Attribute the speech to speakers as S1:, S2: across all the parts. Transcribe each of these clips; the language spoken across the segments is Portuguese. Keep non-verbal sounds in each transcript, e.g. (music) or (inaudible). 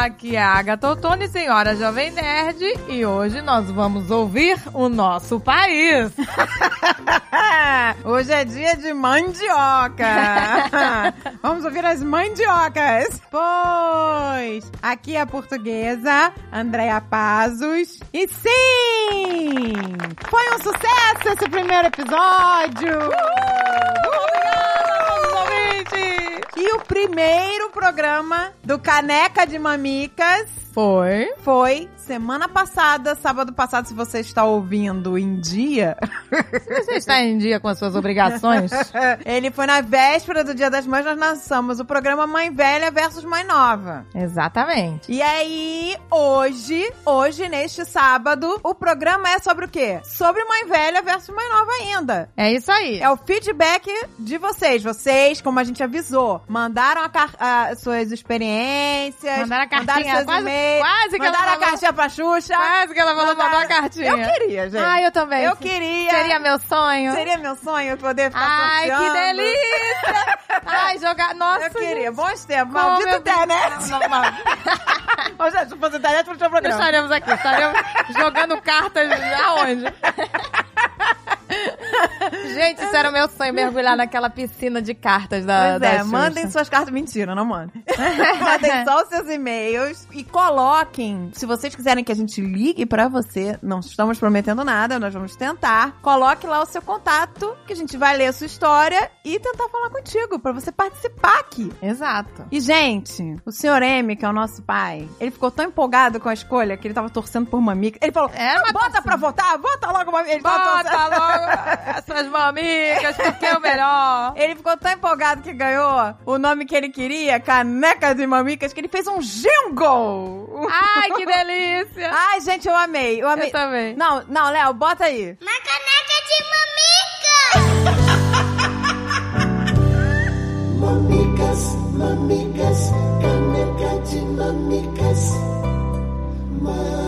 S1: Aqui é a Agatha Otone, senhora Jovem Nerd, e hoje nós vamos ouvir o nosso país. hoje é dia de mandioca. vamos ouvir as mandiocas. Pois, aqui é a portuguesa Andréa Pazos. E sim, foi um sucesso esse primeiro episódio. Uhul! E o primeiro programa do Caneca de Mamicas
S2: Foi.
S1: foi semana passada, sábado passado, se você está ouvindo em dia. (laughs)
S2: Você está em dia com as suas obrigações?
S1: Ele foi na véspera do Dia das Mães, nós lançamos o programa Mãe Velha versus Mãe Nova.
S2: Exatamente.
S1: E aí, hoje, hoje, neste sábado, o programa é sobre o quê? Sobre Mãe Velha versus Mãe Nova ainda.
S2: É isso aí.
S1: É o feedback de vocês. Vocês, como a gente avisou, mandaram a car- a- suas experiências.
S2: Mandaram a cartinha,
S1: seus
S2: quase-
S1: e-mails.
S2: quase que ela
S1: Mandaram a
S2: falou-
S1: cartinha pra Xuxa.
S2: Quase que ela falou mandar uma cartinha.
S1: Eu queria, gente.
S2: Ah, eu também.
S1: eu queria.
S2: Seria meu sonho.
S1: Seria meu sonho poder ficar
S2: Ai, que
S1: sorteando.
S2: delícia! Ai, jogar. Nossa,
S1: Eu queria.
S2: gente,
S1: Bons tempos.
S2: como
S1: Maldito
S2: eu-
S1: internet.
S2: Não, não, não.
S1: (laughs) Ô, gente, se fosse internet, pro teu
S2: Nós
S1: programa.
S2: estaremos aqui, estaremos jogando cartas
S1: (laughs)
S2: aonde? Gente, isso era o meu sonho, mergulhar naquela piscina de cartas da,
S1: Pois
S2: da
S1: é,
S2: Ah, Xuxa.
S1: mandem suas cartas. Mentira,
S2: (laughs)
S1: não mandem. mandem só os seus e-mails e coloquem. Se vocês quiserem que a gente ligue pra você, não estamos prometendo nada, nós vamos tentar. Coloque lá o seu contato, que a gente vai ler a sua história e tentar falar contigo, pra você participar aqui.
S2: Exato.
S1: E, gente, o senhor M, que é o nosso pai, ele ficou tão empolgado com a escolha que ele tava torcendo por Mamica. Ele falou:
S2: É,
S1: "Não,
S2: mas
S1: bota pra votar, bota logo Mamica. Ele tava torcendo-
S2: Bota logo as suas mamicas, porque é o melhor.
S1: Ele ficou tão empolgado que ganhou o nome que ele queria, Caneca de Mamicas, que ele fez um jingle!
S2: Ai, que delícia!
S1: Ai, gente, eu amei, eu amei.
S2: Eu também.
S1: Não, não, Léo, bota aí.
S3: Uma caneca de mamica!
S4: Mamicas, mamicas, caneca de mamicas, mamicas.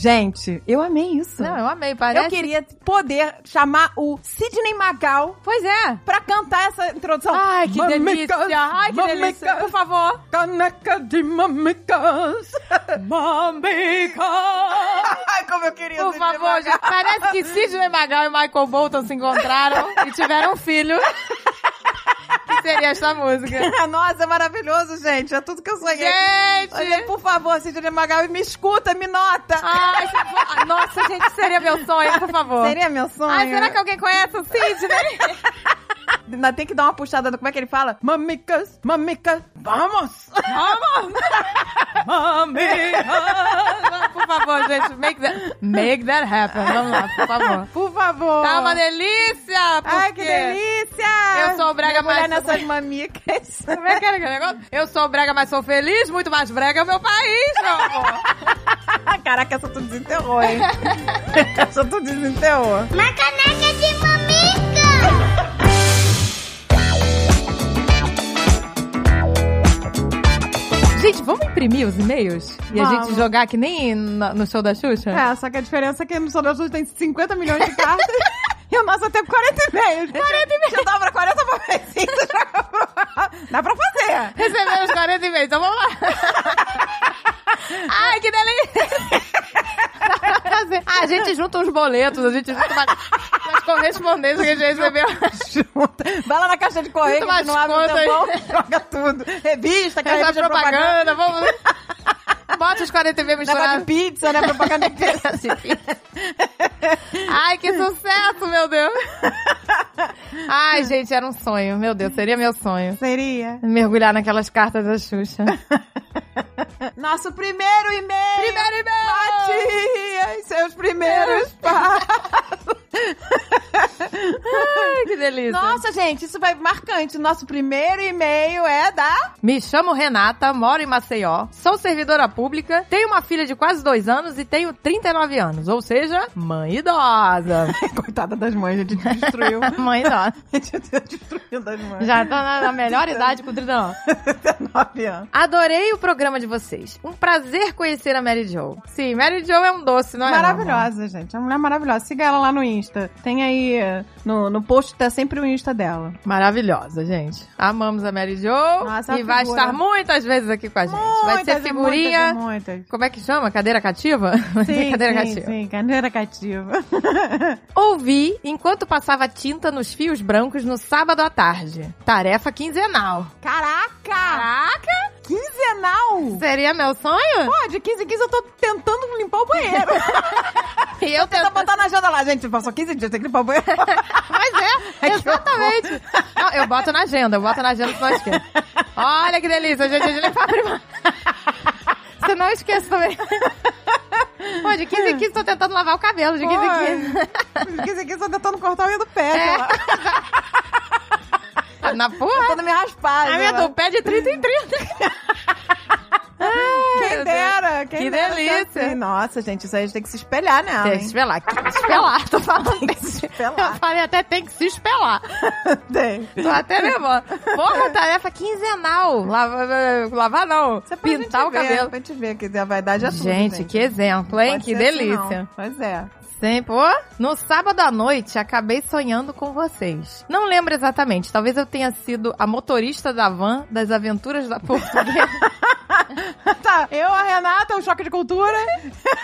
S1: Gente, eu amei isso.
S2: Não,
S1: eu...
S2: eu amei, parece.
S1: queria poder chamar o Sidney Magal
S2: Pois é.
S1: pra cantar essa introdução.
S2: Ai, que
S1: Mamicas,
S2: delícia. Ai, que
S1: mamicas,
S2: delícia. Por favor.
S1: Caneca de
S2: (laughs)
S1: Mamicas.
S2: Mamicas.
S1: Ai, como eu queria
S2: Por
S1: Sidney
S2: favor,
S1: Magal.
S2: gente. Parece que Sidney Magal e Michael Bolton se encontraram e tiveram um filho. Que seria esta música.
S1: Nossa, é maravilhoso, gente. É tudo que eu sonhei. Olha,
S2: Gente!
S1: por favor, Sidney Magal, me escuta, me nota.
S2: Ai, se for- nossa, gente, seria meu sonho, por favor.
S1: Seria meu sonho.
S2: Ai, será que alguém conhece o Sidney?
S1: Ainda tem que dar uma puxada no... Como é que ele fala? Mamicas, mamicas, vamos!
S2: Vamos! Mami! Por favor, gente, make that, make that happen. Vamos lá, por favor.
S1: (laughs) Por favor.
S2: Tá uma delícia! Porque...
S1: Ai, que delícia!
S2: Eu sou o Braga
S1: Mergulhar
S2: mais-
S1: nessas mamicas. (laughs)
S2: Como é que era aquele negócio? Eu sou brega, mas sou feliz, muito mais brega é o meu país, meu amor.
S1: Caraca, essa tu
S2: (laughs)
S1: desenterrou, hein? essa tu desenterrou.
S3: Uma caneca de mamica!
S2: Gente, vamos imprimir os e-mails? E a
S1: Vamos.
S2: gente jogar que nem no, no show da Xuxa?
S1: É, só que a diferença é que no Solar Sul tem 50 milhões de cartas (laughs) e o nosso tem 40 e meio. 40 e meio. Já dá pra 40 pra (laughs) Dá pra fazer.
S2: Recebemos 40 e-mails, então vamos
S1: (laughs)
S2: lá. Ai, que delícia! (laughs) Dá pra fazer. Ah, a gente junta os boletos, a gente junta umas, umas correspondências que a gente recebeu.
S1: junta. Vai lá na caixa de correio,
S2: Junta
S1: que não
S2: umas
S1: abre o
S2: contas aí.
S1: tempão, (laughs) joga tudo.
S2: Essa
S1: Revista,
S2: é
S1: caixa de
S2: propaganda,
S1: propaganda.
S2: vamos... (laughs) Bota os 40 e-mails
S1: Negócio de
S2: misturados.
S1: pizza, né? Propaganda de pizza.
S2: Ai, que sucesso, meu Deus! Ai, gente, era um sonho, meu Deus, seria meu sonho.
S1: Seria.
S2: Mergulhar naquelas cartas da Xuxa.
S1: (laughs) Nosso primeiro É. e-mail.
S2: Primeiro e-mail!
S1: Matias, seus primeiros passos.
S2: Ai, que delícia!
S1: Nossa, gente, isso vai marcante. Nosso primeiro e-mail é da...
S2: Me chamo Renata, moro em Maceió, sou servidora pública, tenho uma filha de quase dois anos e tenho 39 anos, ou seja, mãe idosa.
S1: (laughs) Coitada das mães, a gente destruiu.
S2: (laughs) mãe idosa.
S1: (laughs) a gente destruiu das mães.
S2: Já tô na, na melhor idade com 30 anos.
S1: 19 anos.
S2: Adorei o programa de vocês. Um prazer conhecer a Mary Jo. Sim, Mary Jo é um doce, não é? não, amor?
S1: Maravilhosa, gente. É uma mulher maravilhosa. Siga ela lá no Insta. Tem aí eh, no, no post dessa sempre o Insta dela.
S2: Maravilhosa, gente. Amamos a Mary Jo.
S1: Nossa,
S2: e
S1: uma
S2: vai
S1: figura.
S2: estar muitas vezes aqui com a gente. vai ser
S1: Muitas e
S2: figurinha.
S1: Muitas, e muitas.
S2: Como é que chama? Cadeira cativa? (laughs) Vai ser
S1: Sim,
S2: cadeira
S1: sim,
S2: cativa.
S1: sim, cadeira cativa.
S2: Ouvi enquanto passava tinta nos fios brancos no sábado à tarde. Tarefa quinzenal.
S1: Caraca!
S2: Caraca!
S1: Quinzenal!
S2: Seria meu sonho?
S1: Pô, de 15 em 15 eu tô tentando limpar o banheiro. (laughs)
S2: E eu
S1: Tenta
S2: tento...
S1: botar na agenda lá, gente. Passou 15 dias, tem que limpar o banheiro. (laughs)
S2: Mas é, exatamente. Não, eu boto na agenda, eu boto na agenda senão eu esqueço. Olha que delícia, hoje é dia de limpar a
S1: (laughs)
S2: prima. Senão não esqueço também. Pô, de 15 em 15 tô tentando lavar o cabelo, de 15 em 15.
S1: De 15 em 15 eu tô tentando cortar o meu do
S2: É.
S1: pé.
S2: (laughs)
S1: sei lá.
S2: Tá Na porra?
S1: Tentando me raspar.
S2: A
S1: sei
S2: minha
S1: lá.
S2: do pé é de 30 em 30.
S1: Quem dera, quem
S2: Que
S1: dera ser
S2: delícia.
S1: assim. Nossa, gente, isso aí a gente tem que se espelhar nela,
S2: Tem que
S1: hein?
S2: se espelar, tem que se espelar, tô falando. Tem que se
S1: espelar.
S2: Eu falei até tem que se espelar.
S1: (laughs) Tem.
S2: Tô até nervosa. Porra, tarefa quinzenal. Lavar, lavar não.
S1: Isso é pra
S2: Pintar
S1: gente
S2: o
S1: ver,
S2: cabelo.
S1: Pra gente ver, quer dizer, a vaidade é tudo,
S2: Gente, que exemplo, hein?
S1: Pode
S2: que
S1: ser assim,
S2: delícia.
S1: não. pois é.
S2: Sempre. Ô, No sábado à noite, acabei sonhando com vocês. Não lembro exatamente. Talvez eu tenha sido a motorista da van das aventuras da portuguesa.
S1: (laughs) Tá, eu, a Renata, o choque de cultura. (laughs)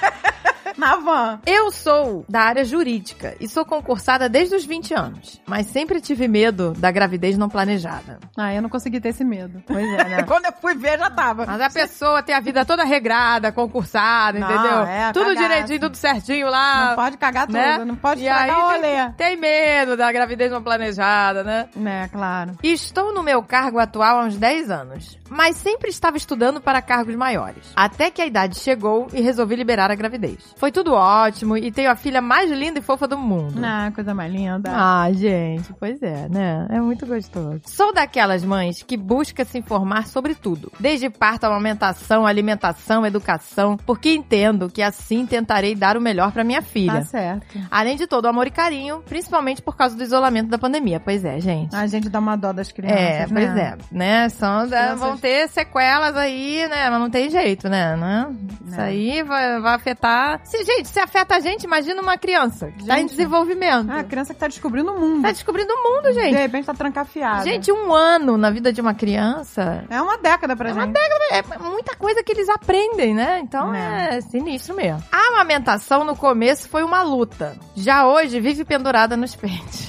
S1: na van.
S2: (laughs) eu sou da área jurídica e sou concursada desde os 20 anos. Mas sempre tive medo da gravidez não planejada.
S1: Ah, eu não consegui ter esse medo.
S2: Pois é, né?
S1: (laughs) Quando eu fui ver, já tava.
S2: Mas a pessoa tem a vida toda regrada, concursada,
S1: Não,
S2: entendeu?
S1: é,
S2: tudo
S1: cagaço.
S2: direitinho, tudo certinho lá.
S1: não pode cagar tudo,
S2: né?
S1: não pode
S2: E aí
S1: estragar o
S2: tem-
S1: rolê.
S2: tem medo da gravidez não planejada, né?
S1: É, claro.
S2: Estou no meu cargo atual há uns 10 anos, mas sempre estava estudando para cargos maiores. Até que a idade chegou e resolvi liberar a gravidez. Foi tudo ótimo e tenho a filha mais linda e fofa do mundo.
S1: Ah, coisa mais linda.
S2: Ah, gente, pois é, né? É muito gostoso. Sou daquelas mães que busca se informar sobre tudo, desde parto, amamentação, alimentação, educação, porque entendo que assim tentarei dar o melhor para minha
S1: tá
S2: filha.
S1: certo.
S2: Além de todo o amor e carinho, principalmente por causa do isolamento da pandemia. Pois é, gente.
S1: A gente dá uma dó das crianças,
S2: É,
S1: né?
S2: pois é, né? São,
S1: crianças-
S2: Vão ter sequelas aí, né? Mas não tem jeito, né? né? Isso
S1: É.
S2: aí vai, vai afetar. Se, gente, se afeta a gente, imagina uma criança que tá em
S1: Gente.
S2: desenvolvimento.
S1: Ah, a criança que tá descobrindo o mundo.
S2: Tá descobrindo o mundo,
S1: De
S2: gente.
S1: repente tá trancafiada.
S2: Gente, um ano na vida de uma criança
S1: É uma década pra
S2: É uma
S1: gente.
S2: é muita coisa que eles aprendem, né? Então é.
S1: É.
S2: sinistro mesmo. A amamentação no começo foi uma luta. Já hoje vive pendurada nos peitos.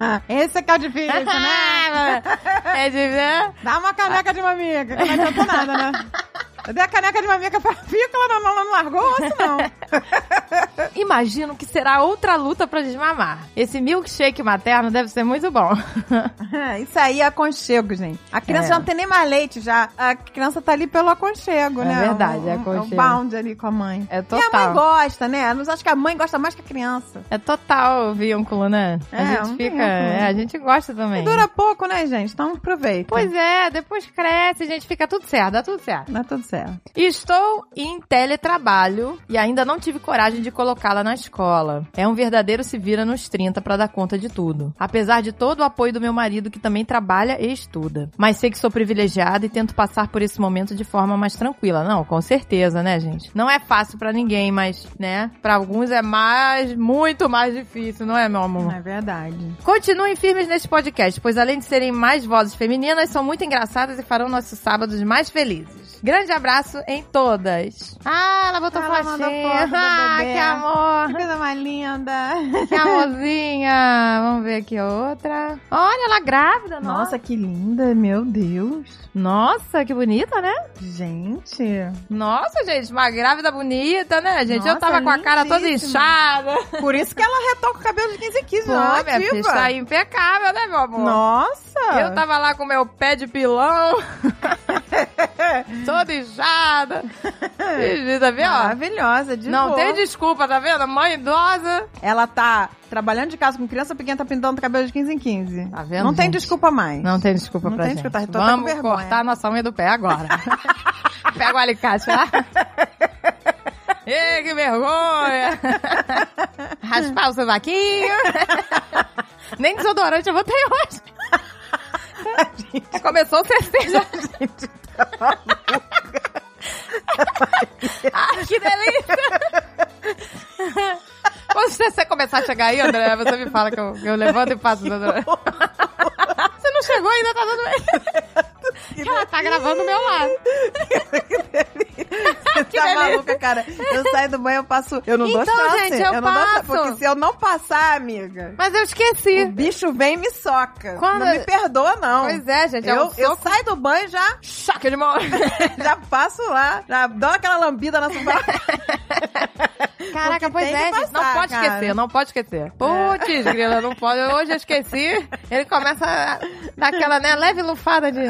S1: Ah, (laughs) Esse é que é o difícil, né?
S2: (laughs) é de né?
S1: Dá uma caneca de mamica, que não adianta nada, né? Eu dei a caneca de mamica pra pico, ela não, não, não largou o osso, não.
S2: Imagino que será outra luta pra desmamar. Esse milkshake materno deve ser muito bom. (laughs)
S1: É, (laughs) Isso aí é aconchego, gente. A criança
S2: É.
S1: já não tem nem mais leite, já. A criança tá ali pelo aconchego,
S2: É
S1: né?
S2: verdade,
S1: O-
S2: é
S1: o-
S2: aconchego.
S1: O bound ali com a mãe.
S2: É
S1: E a mãe
S2: total.
S1: gosta, né? Não acho que a mãe gosta mais que a criança.
S2: É total vínculo, né?
S1: É,
S2: a gente
S1: um
S2: fica.
S1: vínculo.
S2: é, a gente gosta também.
S1: E dura pouco, né, gente? Então aproveita.
S2: Pois é, depois cresce, gente, fica tudo certo, dá tudo certo.
S1: Dá tudo certo.
S2: Estou em teletrabalho e ainda não tive coragem de colocá-la na escola. É um verdadeiro se vira nos 30 pra dar conta de tudo. Apesar de todo o apoio do meu marido que também trabalha e estuda. Mas sei que sou privilegiada e tento passar por esse momento de forma mais tranquila. Não, com certeza, né, gente? Não é fácil pra ninguém, mas, né, Pra alguns é mais, muito mais difícil, não é, meu amor?
S1: É verdade.
S2: Continuem firmes nesse podcast, pois além de serem mais vozes femininas, são muito engraçadas e farão nossos sábados mais felizes. Grande abraço em todas. Ah, ela botou
S1: Ela
S2: fotinha.
S1: mandou foto do
S2: ah,
S1: bebê.
S2: que
S1: Que
S2: amor.
S1: coisa mais linda.
S2: (laughs) Que amorzinha. Vamos ver aqui outra. Olha, ela grávida, nossa.
S1: Nossa, que linda, meu Deus.
S2: Nossa, que bonita, né?
S1: Gente.
S2: Nossa, gente, uma grávida bonita, né, gente? Eu
S1: Nossa,
S2: tava com a cara toda
S1: lindíssima.
S2: inchada.
S1: Por isso que ela retoca o cabelo de 15 quilos,
S2: Pô,
S1: né?
S2: minha filha, está impecável, né, meu amor?
S1: Nossa.
S2: Eu tava lá com meu pé de
S1: (laughs)
S2: pilão, (laughs) toda
S1: (laughs)
S2: inchada. Ih, Tá vendo?
S1: Maravilhosa, Ah, de
S2: Não
S1: boa.
S2: tem desculpa, tá vendo? Mãe idosa.
S1: Ela tá trabalhando de casa com criança pequena, tá pintando cabelo de 15 em 15.
S2: Tá vendo,
S1: Não tem
S2: gente?
S1: desculpa mais. (laughs)
S2: Não tem desculpa
S1: Não
S2: pra
S1: tem
S2: gente.
S1: desculpa, tô até com
S2: Vamos
S1: vergonha.
S2: cortar nossa unha do pé
S1: (laughs)
S2: agora. Pega o alicate lá. Ei, que vergonha! Raspar o seu
S1: (laughs)
S2: vaquinho. Nem desodorante eu vou ter hoje. Começou o cerveja.
S1: tá
S2: Ai, que delícia! Você você começar a chegar aí, André, você me fala que eu, que eu levanto e passo. André. (laughs) Você não chegou ainda, tá dando... (laughs) Ela tá gravando o meu lado.
S1: tá maluca, cara. Eu saio do banho, eu passo. Eu não dou
S2: Então,
S1: chance.
S2: gente, eu
S1: não dou chance.
S2: passo.
S1: Porque se eu não passar, amiga,
S2: Mas eu
S1: o
S2: esqueci.
S1: bicho vem e me soca.
S2: Quando-
S1: Não me perdoa, não.
S2: Pois é, gente. é um
S1: eu, eu
S2: soco-
S1: saio do banho e já, (laughs)
S2: Choque de (laughs) mão.
S1: já passo lá, já dou aquela lambida na sua (laughs)
S2: Caraca, pois
S1: Porque tem
S2: é,
S1: que
S2: gente. Não
S1: passar,
S2: pode
S1: cara.
S2: esquecer, não pode esquecer. Putz, grila, não pode. Hoje eu esqueci. Ele começa a dar aquela, né, leve lufada de...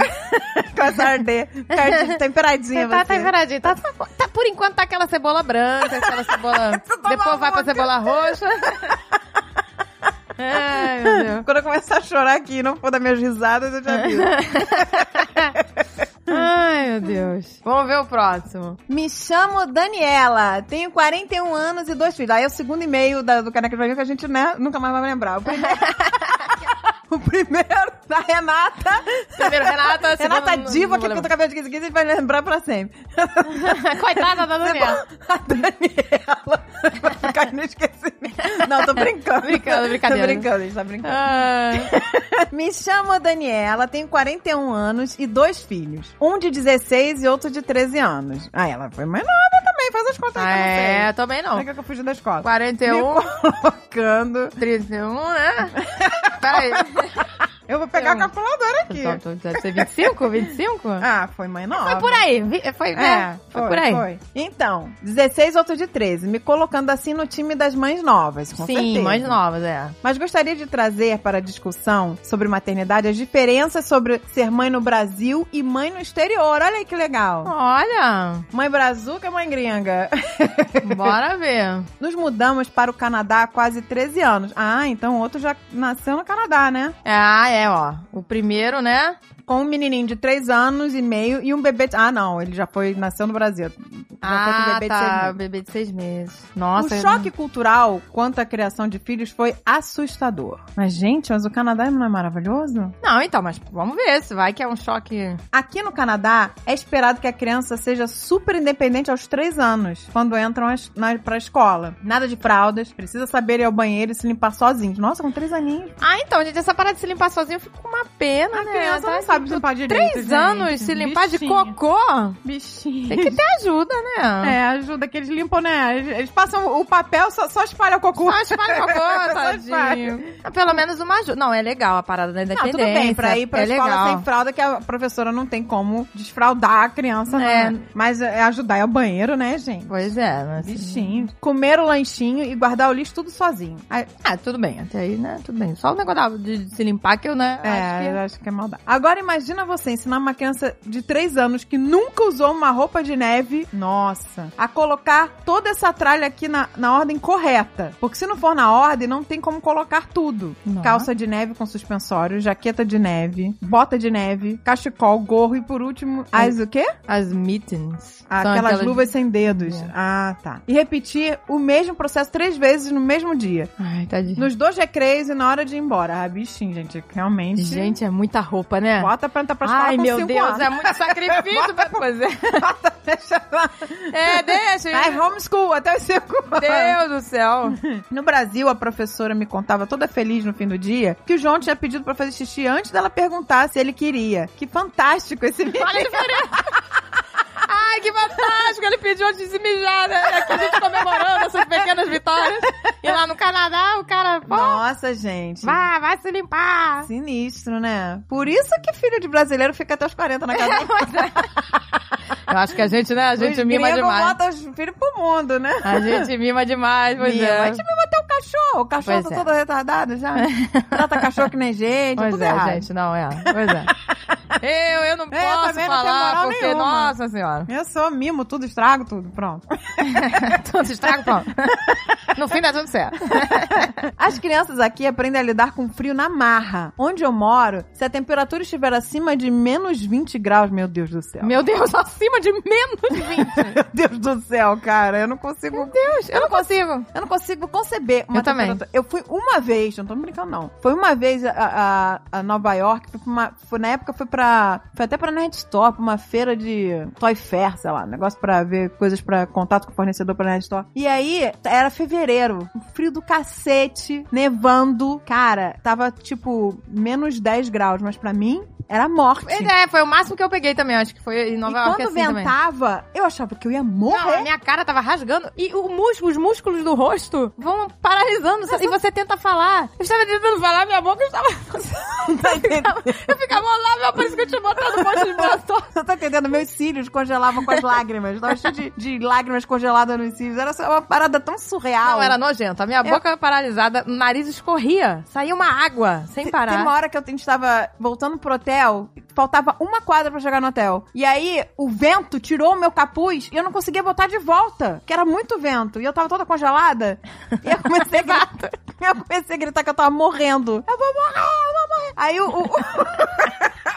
S1: com essa arder, carne temperadinha.
S2: Tá, tá
S1: você.
S2: encaradinho. Tá, tá, tá- por enquanto tá aquela cebola branca, aquela (laughs) cebola.
S1: tá
S2: Depois vai pra
S1: maluca.
S2: cebola roxa. (laughs) Ai, meu Deus.
S1: (laughs) Quando eu começar a chorar aqui e não for dar minhas risadas, eu já vi.
S2: Ai, meu Deus. Vamos ver o próximo.
S1: (laughs) Me chamo Daniela, tenho 41 anos e dois filhos. Aí é o segundo e-mail da- do Caneca de Vaguinho que a gente né, nunca mais vai lembrar. O (laughs) primeiro, o primeiro da Renata.
S2: Primeiro, Renata. segundo,
S1: (laughs) Renata
S2: não-
S1: Diva,
S2: não
S1: que
S2: vou
S1: ficou cabelo de 15 15, a gente vai lembrar pra sempre. (laughs)
S2: lembrar. Coitada da Daniela.
S1: A Daniela vai ficar no esquecimento. Não, tô brincando.
S2: Brincando, brincadeira.
S1: Tô brincando, a gente tá brincando.
S2: Ai.
S1: (laughs) Me chamo Daniela, tenho 41 anos e dois filhos. Um de 16 e outro de 13 anos. Ah, ela foi mais nova também, faz as contas aí que eu não um? sei.
S2: é, também
S1: Como Ah, é
S2: não.
S1: que eu fugi da escola?
S2: 41,
S1: Me colocando.
S2: 31, né?
S1: (laughs)
S2: Peraí.
S1: Eu vou pegar a
S2: Eu-
S1: calculadora aqui.
S2: Então, então, Deve ser 25, 25?
S1: Ah, tá. foi mãe nova.
S2: Foi por aí. vi- Foi,
S1: É,
S2: né? foi, por aí.
S1: foi. Então, 16, outro de 13. Me colocando assim no time das mães novas, com
S2: Sim,
S1: certeza.
S2: mais novas, é.
S1: Mas gostaria de trazer para a discussão sobre maternidade as diferenças sobre ser mãe no Brasil e mãe no exterior. Olha aí que legal.
S2: Olha,
S1: Mãe brazuca, mãe gringa. (laughs)
S2: bora ver.
S1: Nos mudamos para o Canadá há quase 13 anos. Ah, então o outro já nasceu no Canadá, né?
S2: Ah, é, ó. O primeiro, né?
S1: Com um menininho de 3 anos e meio e um bebê... De... Ah, não, ele já foi, nasceu no Brasil. Já foi com
S2: ah,
S1: bebê de seis
S2: tá.
S1: meses.
S2: o bebê de seis meses. Nossa.
S1: o
S2: eu-
S1: choque cultural quanto à criação de filhos foi assustador. Mas, gente, mas o Canadá não é maravilhoso?
S2: Não, então, mas vamos ver se vai que é um choque.
S1: Aqui no Canadá, é esperado que a criança seja super independente aos 3 anos, quando entram as- na, pra escola. Nada de fraldas, precisa saber ir ao banheiro e se limpar sozinho. Nossa, com 3 aninhos.
S2: Ah, então, gente, essa parada de se limpar sozinho eu fico com uma pena,
S1: A
S2: né?
S1: criança
S2: Tá
S1: não sabe se limpar direito.
S2: Três
S1: gente.
S2: anos se limpar de
S1: Bichinho.
S2: cocô?
S1: Bichinho.
S2: Tem que ter ajuda, né?
S1: É, ajuda que eles limpam, né? Eles eles passam o papel, só, só espalha o cocô.
S2: Mas
S1: (laughs)
S2: faz cocô,
S1: Só
S2: tadinho. Ah, Pelo menos uma ajuda. Não, é legal a parada da
S1: Não,
S2: independência.
S1: Ah, tudo bem, pra ir pra
S2: é
S1: escola
S2: legal.
S1: sem fralda, que a professora não tem como desfraldar a criança,
S2: É.
S1: né? Mas é ajudar é ao banheiro, né, gente?
S2: Pois é, mas...
S1: Bichinho. Assim, né? Comer o lanchinho e guardar o lixo tudo sozinho. Aí-
S2: Ah, tudo bem. Até aí, né? Tudo bem. Só o negócio da- de, de se limpar que eu, né?
S1: É,
S2: acho que-
S1: eu acho que é maldade. Agora imagina você ensinar uma criança de 3 anos que nunca usou uma roupa de neve, nossa, a colocar toda essa tralha aqui na, na ordem correta. Porque se não for na ordem, não tem como colocar tudo.
S2: Nossa.
S1: Calça de neve com suspensório, jaqueta de neve, bota de neve, cachecol, gorro e por último, as o quê?
S2: As mittens.
S1: Ah,
S2: É. São
S1: Aquelas, luvas sem dedos.
S2: É.
S1: Ah, tá. E repetir o mesmo processo três vezes no mesmo dia.
S2: Ai, tadinho.
S1: Nos dois recreios e na hora de ir embora. Ah, bichinho, gente, realmente.
S2: Gente, é muita roupa, né?
S1: Bota pra entrar pra escola
S2: Ai,
S1: com
S2: meu
S1: cinco
S2: Deus,
S1: (laughs) anos.
S2: é muito sacrifício pra fazer.
S1: (laughs) Bota, deixa lá.
S2: É, deixa.
S1: Ai, homeschool, até os 5 anos.
S2: Deus do céu.
S1: No Brasil, a professora me contava toda feliz no fim do dia que o João tinha pedido pra fazer xixi antes dela perguntar se ele queria. Que fantástico
S2: (laughs)
S1: esse menino.
S2: Olha a diferença. Ai, que fantástico! Ele pediu antes de se mijar, né? Aqui a gente comemorando essas pequenas vitórias. E lá no Canadá, o cara, pô,
S1: Nossa, gente.
S2: vai, vai se limpar.
S1: Sinistro, né? Por isso que filho de brasileiro fica até os 40 na casa.
S2: Eu acho que a gente, né, a (laughs) gente
S1: Os
S2: mima
S1: gringos
S2: demais.
S1: botam os filhos pro mundo, né?
S2: A gente mima demais, pois
S1: Mima.
S2: é.
S1: A gente mima até o cachorro. O cachorro
S2: Pois
S1: tá
S2: é.
S1: todo retardado (laughs) já. Trata cachorro que nem gente,
S2: Pois
S1: tudo
S2: é,
S1: errado.
S2: gente, não, é. Pois é. Eu, eu não
S1: É,
S2: posso
S1: também não tem
S2: falar,
S1: moral
S2: porque,
S1: nenhuma.
S2: nossa senhora. (laughs)
S1: Eu sou mimo, tudo, estrago tudo, pronto.
S2: Todos estragam, pronto. No fim dá tudo certo.
S1: As crianças aqui aprendem a lidar com frio na marra. Onde eu moro, se a temperatura estiver acima de menos 20 graus, meu Deus do céu.
S2: Meu Deus, acima de menos 20.
S1: Meu Deus do céu, cara, eu não consigo...
S2: Deus, eu não consigo.
S1: Eu não consigo conceber uma
S2: Eu também.
S1: temperatura. Eu fui uma vez, não tô brincando não. Foi uma vez a, a- a Nova York, fui pra uma- fui- na época fui pra pra. Foi até pra Nerdstore, uma feira de Toy Fair, sei lá, negócio pra ver coisas pra contato com o fornecedor pra Nerdstore. E aí, era fevereiro, um frio do cacete, nevando. Cara, tava tipo menos 10 graus, mas pra mim era a morte.
S2: Pois é, foi o máximo que eu peguei também, acho que foi em
S1: E
S2: Nova York
S1: quando
S2: assim também.
S1: ventava, eu achava que eu ia
S2: Não,
S1: (laughs)
S2: a
S1: morrer.
S2: minha cara tava rasgando e o músculo, os músculos do rosto vão paralisando. sabe? E você tenta falar. Eu estava tentando falar, minha boca estava. (laughs)
S1: Tá
S2: eu ficava lá, meu, parece que eu tinha botado um monte de botox.
S1: (laughs) Você tá entendendo? Meus cílios congelavam com as lágrimas. Tava cheio de, de lágrimas congeladas nos cílios. Era só uma parada tão surreal.
S2: Não, era nojento. A minha boca paralisada, o nariz escorria. Saía uma água, sem
S1: Tem uma
S2: parar.
S1: hora que eu te- estava voltando pro hotel, faltava uma quadra pra chegar no hotel. E aí o vento tirou o meu capuz e eu não conseguia botar de volta, que era muito vento. E eu tava
S2: (laughs)
S1: toda congelada. E eu comecei a gritar, eu comecei a gritar que eu tava morrendo. Eu vou morrer, eu vou morrer. Aí o, (laughs)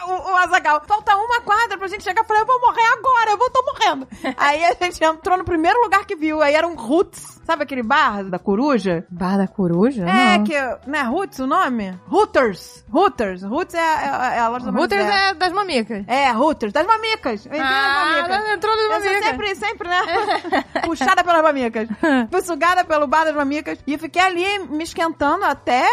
S1: o, o, o Azagal, falta uma quadra pra gente chegar. Eu falei, eu vou morrer agora, eu vou,
S2: (laughs)
S1: tô morrendo. Aí a gente entrou no primeiro lugar que viu, aí era um Roots. Sabe aquele bar da coruja?
S2: Bar da coruja?
S1: É,
S2: Não.
S1: que. Não é Roots o nome? Hooters. Hooters. Roots é, é, é a loja da
S2: Hooters é das mamicas.
S1: É, Hooters. Das mamicas.
S2: É,
S1: Eu entrei nas mamicas.
S2: Ah, entrou
S1: Eu
S2: das
S1: sou
S2: mamicas.
S1: sempre,
S2: (laughs)
S1: sempre, né? Puxada pelas mamicas. Fui sugada pelo bar das mamicas e fiquei ali me esquentando até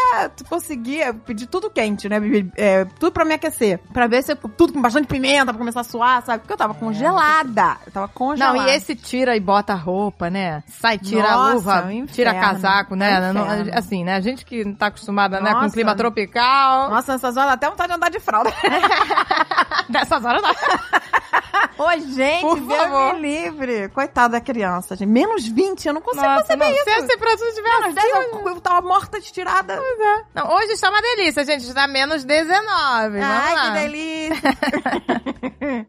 S1: conseguir eu pedi tudo quente, né? Bibi? É, tudo pra me aquecer. Pra ver se eu, tudo com bastante pimenta, pra começar a suar, sabe? Porque eu tava congelada. Eu tava
S2: É, Não,
S1: congelada.
S2: e esse tira e bota a roupa, né? Sai, tira
S1: Nossa,
S2: a luva,
S1: um inferno.
S2: tira casaco, né?
S1: É um
S2: Não-
S1: inferno.
S2: assim, né? A gente que não tá acostumada, né, com
S1: Nossa.
S2: clima tropical.
S1: Nossa, nessas horas dá até vontade de andar de fralda.
S2: Nessas horas não.
S1: Ô, gente,
S2: Por
S1: Deus
S2: favor.
S1: me livre. Coitada da criança, gente. Menos 20, eu não consigo
S2: Nossa,
S1: conceber
S2: não.
S1: isso.
S2: Se esse produto tiver
S1: Menos 10, eu, eu tava morta de tirada.
S2: Não, hoje está uma delícia, gente. Está menos 19. Vamos lá.
S1: Ai, que delícia.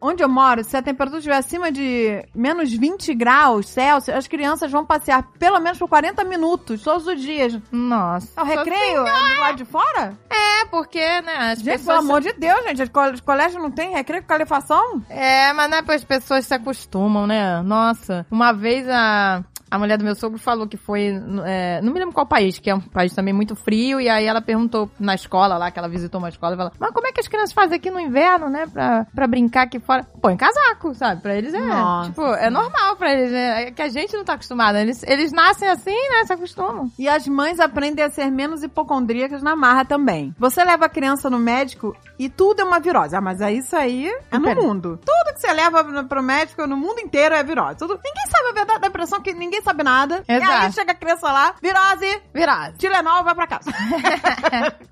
S1: (laughs) Onde eu moro, se a temperatura estiver acima de menos 20 graus Celsius, as crianças vão passear pelo menos por 40 minutos, todos os dias.
S2: Nossa.
S1: É o recreio? É do lado de fora?
S2: É, porque, né? As
S1: Gente, pelo
S2: pessoas.
S1: amor de Deus, gente. col- Os colégios não tem recreio com calefação?
S2: É, mas não é porque as pessoas se acostumam, né? Nossa. Uma vez a. A mulher do meu sogro falou que foi. é, não me lembro qual país, que é um país também muito frio. E aí ela perguntou na escola lá, que ela visitou uma escola, e falou: Mas como é que as crianças fazem aqui no inverno, né? Pra, pra brincar aqui fora? Põe casaco, sabe? Pra eles é.
S1: Nossa.
S2: Tipo, é normal pra eles, né? É que a gente não tá acostumada. Eles, eles nascem assim, né? Se acostumam.
S1: E as mães aprendem a ser menos hipocondríacas na marra também. Você leva a criança no médico e tudo é uma virose. Ah, mas aí isso aí é no
S2: Pera.
S1: mundo. Tudo que você leva no- pro médico no mundo inteiro é virose. Tudo- Ninguém sabe a verdade da impressão que ninguém sabe nada. E aí
S2: Exato.
S1: chega a criança lá, virose,
S2: Virado.
S1: Tilenol vai pra casa.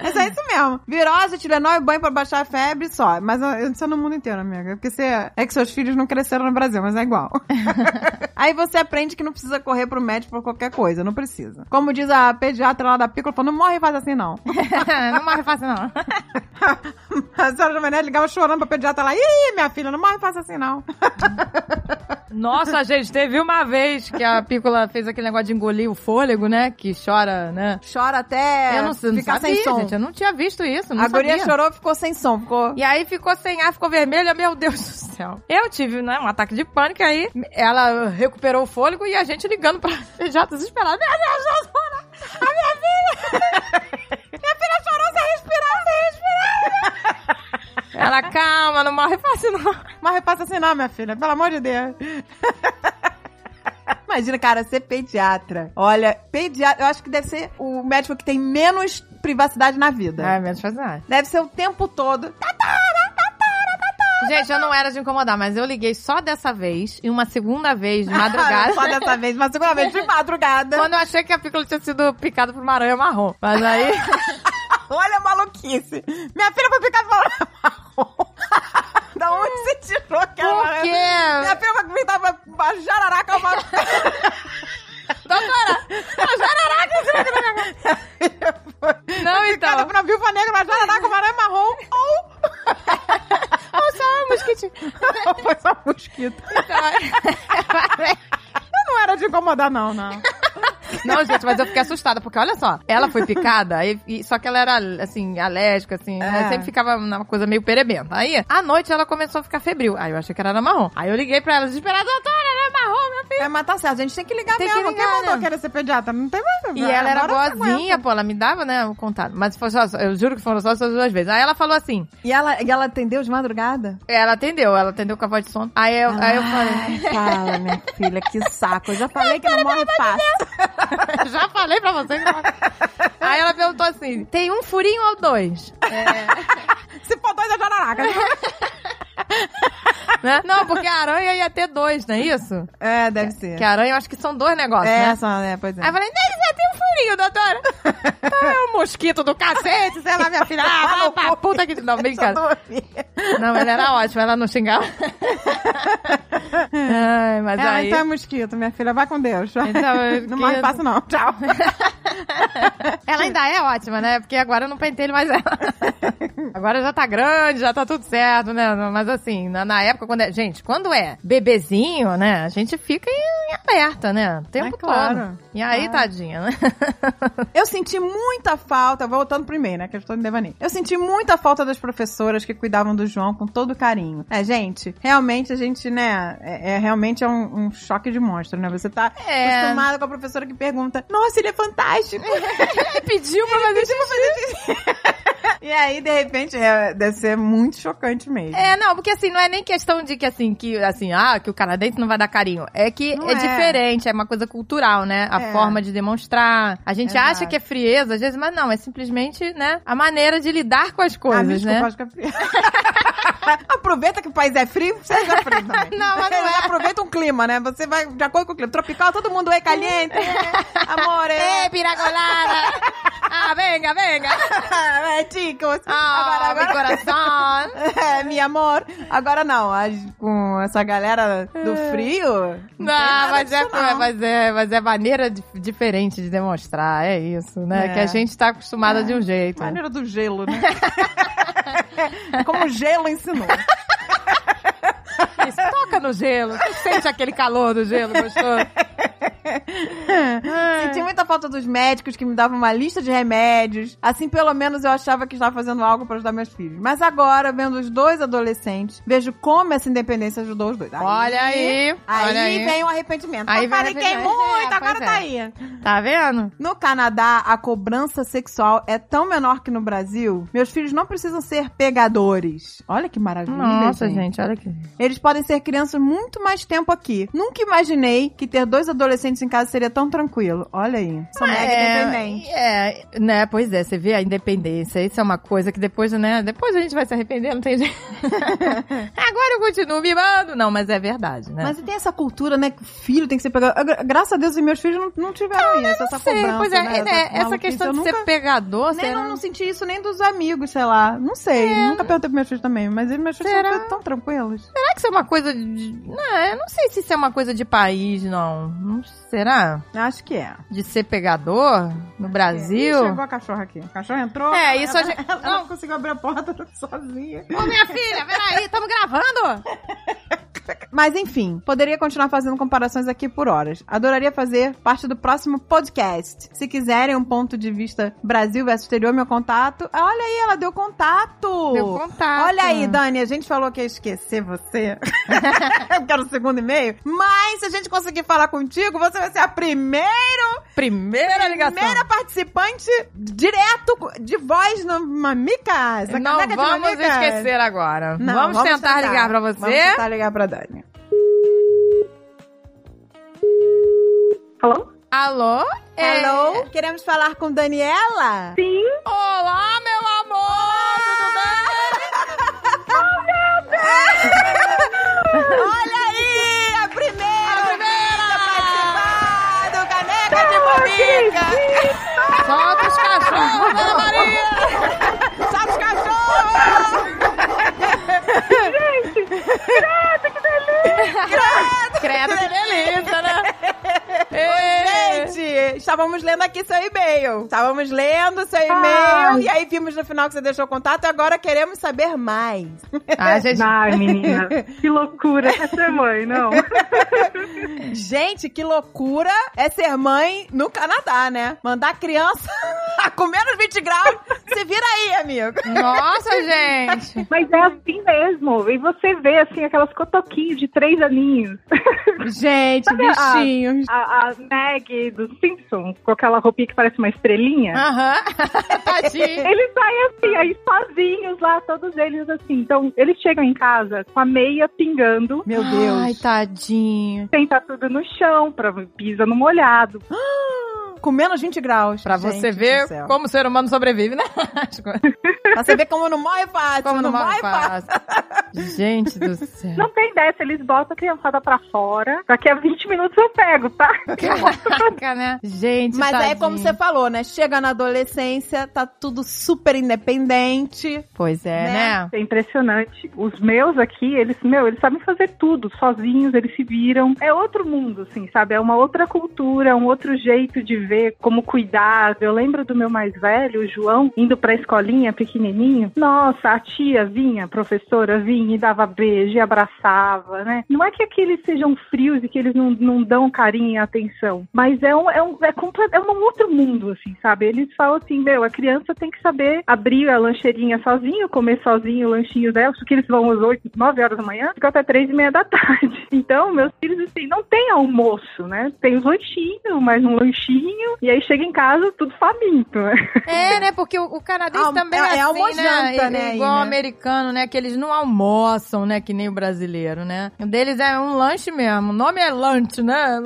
S1: Mas é isso mesmo. Virose, Tilenol e banho pra baixar a febre só. Mas ó, isso é no mundo inteiro, amiga. Porque você... É que seus filhos não cresceram no Brasil, mas
S2: (laughs)
S1: é igual. Aí você aprende que não precisa correr pro médico por qualquer coisa. Não precisa. Como diz a pediatra lá da Pícola, falou, não morre e faz assim, não.
S2: (laughs)
S1: (laughs)
S2: não morre fácil, não.
S1: a senhora Jovenete ligava chorando pra pediatra lá. Ih, minha filha, não morre e faz assim, não. (laughs)
S2: Nossa, gente, teve uma vez que a Pícola fez aquele negócio de engolir o fôlego, né? Que chora, né?
S1: Chora até
S2: eu não, não
S1: É, ficar
S2: sabia,
S1: sem som.
S2: gente. Eu não tinha visto isso, não
S1: a guria
S2: sabia.
S1: chorou, ficou sem som. Ficou...
S2: E aí ficou sem ar, ficou vermelha, meu Deus do céu. Eu tive, né, um ataque de pânico, aí ela recuperou o fôlego e a gente ligando pra (laughs) já desesperada. Meu Deus, já chora! A minha filha! minha filha chorou sem respirar, sem respirar! ela, calma, não morre fácil, não.
S1: Mas repassa assim não, minha filha, pelo amor de Deus. (laughs) Imagina, cara, ser pediatra. Olha, pediatra, eu acho que deve ser o médico que tem menos privacidade na vida.
S2: Ai, menos fazer.
S1: Deve ser o tempo todo.
S2: Gente, eu não era de incomodar, mas eu liguei só dessa vez e uma segunda vez
S1: (laughs)
S2: de madrugada.
S1: Só dessa vez, mas segunda vez de madrugada.
S2: Quando eu achei que a pícola tinha sido picada por uma aranha marrom. Mas
S1: (laughs)
S2: aí.
S1: (laughs)
S2: (laughs)
S1: Olha a maluquice. Minha filha foi picada por (laughs) marrom. da onde você tirou aquela?
S2: Por quê?
S1: Minha filha foi picada por uma jararaca marrom.
S2: Doutora! a Jararaca!
S1: (laughs)
S2: Não,
S1: Picada
S2: então.
S1: por uma viúva negra, uma jararaca, uma aranha marrom. Ou
S2: Ou só um mosquitinho.
S1: (laughs) foi só mosquito. É, Eu (laughs) não era de incomodar, não, não.
S2: Não, gente, mas eu fiquei assustada, porque olha só, ela foi picada, e, e- só que ela era, assim, alérgica, assim, né?
S1: É.
S2: sempre ficava uma coisa meio perebenta. Aí, à noite, ela começou a ficar febril. Aí eu achei que era na marrom. Aí eu liguei pra ela desesperada, doutora, era marrom, minha
S1: É, mas tá certo. A gente tem que ligar
S2: Tem que
S1: mesmo.
S2: ligar,
S1: Quem mandou
S2: né?
S1: que era ser pediatra? Não tem mais.
S2: E ela era
S1: agora eu
S2: boazinha,
S1: aguento.
S2: pô, ela me dava, né, o contato. Mas foi só, eu juro que foram só essas duas vezes. Aí ela falou assim,
S1: E ela, e ela atendeu de madrugada?
S2: ela atendeu, ela atendeu com a voz de sono. Aí eu, aí eu falei,
S1: Ai, fala,
S2: (laughs)
S1: minha filha, que saco. Eu já falei que não morre fácil.
S2: já falei pra você. que não- Aí ela perguntou assim, tem um furinho ou dois?
S1: Se for dois, é jararaca.
S2: Né? Não, porque a aranha ia ter dois, não é isso?
S1: É, deve ser.
S2: Que a aranha eu acho que são dois negócios,
S1: É,
S2: né?
S1: só, né? Pois é.
S2: Aí eu falei, não, já tem um furinho, doutora.
S1: (laughs)
S2: Então é um mosquito do cacete, sei lá, minha filha. Ah, vai pra puta que... Não,
S1: (laughs)
S2: brincadeira. Não, ela era ótima, ela não xingava. Ai, mas
S1: É. Ela,
S2: aí...
S1: então é mosquito, minha filha. Vai com Deus.
S2: Então, eu-
S1: (laughs) não morre fácil, não. Tchau. (laughs)
S2: (laughs) Ela ainda é ótima, né? Porque agora eu não pentelho mais
S1: (laughs)
S2: ela. Agora já tá grande, já tá tudo certo, né? Mas assim, na, na época, quando é... Gente, quando é bebezinho, né? A gente fica em, em alerta, né? O tempo
S1: É claro,
S2: todo. E aí, tadinha,
S1: (laughs)
S2: né?
S1: Eu senti muita falta, voltando pro e-mail, né? Que eu estou em devaneio. Eu senti muita falta das professoras que cuidavam do João com todo carinho. É, gente, realmente a gente, né? É, é- realmente é um, um choque de monstro, né? Você tá
S2: É.
S1: acostumado com a professora que pergunta: Nossa, ele
S2: (laughs)
S1: é fantástico!
S2: Ele pediu pra fazer
S1: e aí, de repente, é, deve ser muito chocante mesmo.
S2: É, não, porque assim, não é nem questão de que assim, que assim, ah, que o canadense não vai dar carinho. É que
S1: Não
S2: é,
S1: é.
S2: diferente, é uma coisa cultural, né? A
S1: É.
S2: forma de demonstrar. A gente
S1: Exato.
S2: acha que é frieza, às vezes, mas não, é simplesmente, né, a maneira de lidar com as
S1: ah, me
S2: coisas,
S1: desculpa,
S2: né?
S1: acho que é frio. (laughs) Aproveita que o país é frio, você é frio
S2: (laughs)
S1: também.
S2: Não, mas não
S1: Eles
S2: é.
S1: Aproveita um clima, né? Você vai de acordo com o clima. Tropical, todo mundo é caliente. Amor, é.
S2: Ei, piragolada! ah, venga, venga!
S1: é chicos.
S2: Ah,
S1: agora,
S2: meu
S1: agora.
S2: coração!
S1: (laughs) É, meu amor. Agora não, as- com essa galera do frio.
S2: É. Não,
S1: tem nada
S2: mas é,
S1: disso, não.
S2: mas é, mas é maneira di- diferente de demonstrar, é isso, né?
S1: É.
S2: Que a gente tá acostumada de um jeito.
S1: Maneira do
S2: (laughs)
S1: gelo, né? Como o gelo ensinou.
S2: Mas é toca no gelo, você sente aquele calor do gelo gostoso.
S1: Senti muita falta dos médicos que me davam uma lista de remédios. Assim, pelo menos eu achava que estava fazendo algo para ajudar meus filhos. Mas agora, vendo os dois adolescentes, vejo como essa independência ajudou os dois. Aí-
S2: Olha aí,
S1: Aí
S2: olha aí.
S1: vem o arrependimento.
S2: Aí vem
S1: eu
S2: o
S1: paniquei
S2: arrependimento.
S1: muito,
S2: É,
S1: agora
S2: pois
S1: tá
S2: é.
S1: aí.
S2: Tá vendo?
S1: No Canadá, a cobrança sexual é tão menor que no Brasil. Meus filhos não precisam ser pegadores. Olha que maravilha,
S2: Nossa, gente, olha aqui.
S1: Eles podem ser crianças muito mais tempo aqui. Nunca imaginei que ter dois adolescentes em casa seria tão tranquilo. Olha aí. Sou mega É, independente.
S2: é, né, pois é, você vê a independência, isso é uma coisa que depois, né, depois a gente vai se arrepender, não
S1: (laughs)
S2: tem jeito. Agora eu continuo mimando. Não, mas é verdade, né?
S1: Mas tem essa cultura, né? Que o filho tem que ser pegado. Gra- Graças a Deus, os meus filhos não, não tiveram isso, essa
S2: Ah, Sei,
S1: cobrança.
S2: pois é,
S1: né,
S2: e, né, essa,
S1: maluquice.
S2: questão
S1: Eu
S2: de
S1: nunca- Né,
S2: ser né? pegador,
S1: Nem
S2: será?
S1: não, não senti isso nem dos amigos, sei lá. Não sei. Nunca perguntei pros meus filhos também. Mas eles, meus filhos
S2: É. Será?
S1: são tão tranquilos.
S2: Será que isso é uma coisa de... Não, eu não sei se isso é uma coisa de país, não. Não- Será?
S1: Acho que é.
S2: De ser pegador no Brasil?
S1: Ih, É, chegou a cachorra aqui. A cachorra entrou.
S2: É, isso a
S1: ela,
S2: gente-
S1: ela
S2: não.
S1: não conseguiu abrir a porta tá sozinha.
S2: Ô, minha filha, peraí, estamos gravando?
S1: Mas enfim, poderia continuar fazendo comparações aqui por horas. Adoraria fazer parte do próximo podcast. Se quiserem um ponto de vista Brasil versus exterior, meu contato. Ah, Olha aí, ela deu contato.
S2: Deu contato.
S1: Olha aí, Dani, a gente falou que ia esquecer você. (laughs) Porque era o segundo e-mail. Mas se a gente conseguir falar contigo, você vai ser a primeira,
S2: Primeira ligação.
S1: primeira participante direto de voz no Mamicas. na
S2: Não
S1: caneca de
S2: vamos
S1: Mamicas.
S2: esquecer agora.
S1: Não,
S2: vamos, tentar, ligar pra
S1: Vamos tentar
S2: você.
S1: ligar pra Dani.
S5: Alô?
S2: Alô? É-
S1: Hello, queremos falar com Daniela.
S5: Sim.
S2: Olá, meu amor! Tudo bem?
S1: Olha aí, a primeira, a primeira participar do Caneca de Bobica.
S2: Solta os cachorros, Ana Maria!
S1: Sabe os cachorros?
S2: Credo, que delícia, né? Ei.
S1: Gente, estávamos lendo aqui seu e-mail. Estávamos lendo seu e-mail e aí vimos no final que você deixou o contato e agora queremos saber mais.
S2: Ah, gente,
S5: Ai, menina, que loucura essa ser mãe, não.
S1: Gente, que loucura é ser mãe no Canadá, né? Mandar criança (laughs) Com menos 20 graus, você vira aí, amigo.
S2: Nossa, gente.
S5: Mas é assim mesmo. E você vê, assim, aquelas cotoquinhas de três aninhos.
S2: Ah.
S1: Gente, bichinhos.
S5: A, a Meg do Simpsons, com aquela roupinha que parece uma estrelinha.
S2: Aham. (laughs) Tadinho.
S5: Eles saem assim, aí sozinhos lá, todos eles assim. Então, eles chegam em casa com a meia pingando,
S1: Ah, Meu Deus.
S2: Ai, tá. tadinho.
S5: senta tudo no chão, pra, pisa no molhado.
S1: Com menos 20 graus.
S2: Pra
S1: gente
S2: você
S1: do
S2: ver
S1: céu.
S2: como o ser humano sobrevive, né? (laughs) As coisas.
S1: Pra você ver como não morre fácil.
S2: Como não morre
S1: fácil.
S2: fácil. Gente do céu.
S5: Não tem dessa, eles botam a criançada pra fora. Daqui a 20 minutos eu pego, tá?
S2: Caraca, né? Gente,
S1: Mas aí,
S2: tadinho.
S1: como você falou, né? Chega na adolescência, tá tudo super independente.
S2: Pois é, né?
S5: É impressionante. Os meus aqui, eles, meu, eles sabem fazer tudo, sozinhos, eles se viram. É outro mundo, assim, sabe? É uma outra cultura, um outro jeito de ver como cuidar. Eu lembro do meu mais velho, o João, indo pra escolinha pequenininho. Nossa, a tia vinha, a professora vinha e dava beijo e abraçava, né? Não é que aqueles sejam frios e que eles não, não dão carinho e atenção, mas é um, é, um, é, comple- é um outro mundo, assim, sabe? Eles falam assim, meu, a criança tem que saber abrir a lancheirinha sozinho, comer sozinho o lanchinho dela, porque eles vão às 8, 9 horas da manhã, ficam até três e meia da (laughs) tarde. Então, meus filhos, assim, não tem almoço, né? Tem os lanchinhos, mais um lanchinho, e aí chega em casa tudo faminto, né?
S2: É, né? Porque o, o canadense
S1: Almo-
S2: também é,
S1: é- é
S2: assim, né?
S1: almojanta, né,
S2: I-
S1: aí,
S2: Igual o
S1: né?
S2: americano, né? Que eles não almoçam, né? Que nem o brasileiro, né? O deles é um lanche mesmo. O nome é lanche, né?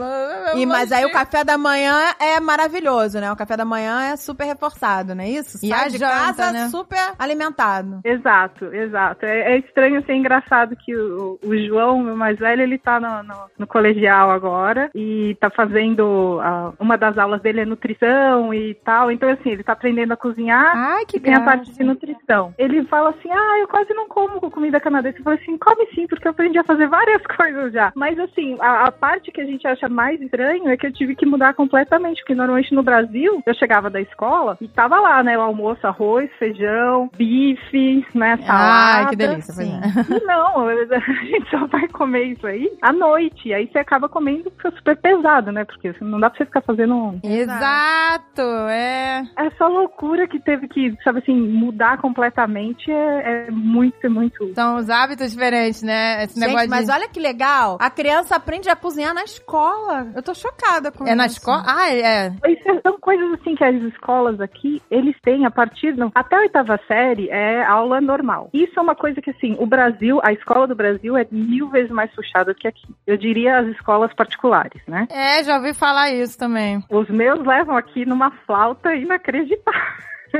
S2: É um
S1: E, mas aí o
S2: lanche.
S1: café da manhã é maravilhoso, né? O café da manhã é super reforçado, não é isso?
S2: E a
S1: Sai de
S2: janta,
S1: casa
S2: né?
S1: super alimentado.
S5: Exato, exato. É, é estranho assim, é engraçado que o, o João, meu mais velho, ele tá no, no- no colegial agora e tá fazendo ah, uma das aulas dele é nutrição e tal. Então, assim, ele tá aprendendo a
S1: é-
S5: cozinhar.
S2: Ai, que
S5: E tem a parte
S2: graça.
S5: de nutrição. Ele fala assim: Ah, eu quase não como com comida canadense. Eu falo assim: Come sim, porque eu aprendi a fazer várias (laughs) coisas já. Mas assim, a, a parte que a gente acha mais estranho é que eu tive que mudar completamente. Porque normalmente no Brasil, eu chegava da escola e tava lá, né? O almoço, arroz, feijão, bife, né? Salada.
S2: Ai, Ah, que delícia. pois (laughs)
S1: sim.
S2: é.
S5: E não, (laughs) a gente só vai comer isso aí à noite. E aí você acaba comendo, fica super pesado, né? Porque assim, não dá pra você ficar fazendo um
S2: Exato, é.
S5: essa loucura que teve que, sabe assim, mudar completamente é, é muito, muito.
S2: São os hábitos diferentes, né? Esse negócio
S1: Gente, mas
S2: de...
S1: olha que legal. A criança aprende a cozinhar na escola. Eu tô chocada com isso.
S2: É na escola? Ah, é.
S5: Isso são coisas assim que as escolas aqui, eles têm a partir do, até a oitava série é aula normal. Isso é uma coisa que assim, o Brasil, a escola do Brasil é mil vezes mais puxada do que aqui. Eu diria as escolas particulares, né?
S2: É, já ouvi falar isso também.
S5: Os meus levam aqui numa flauta inacreditável.
S1: (laughs)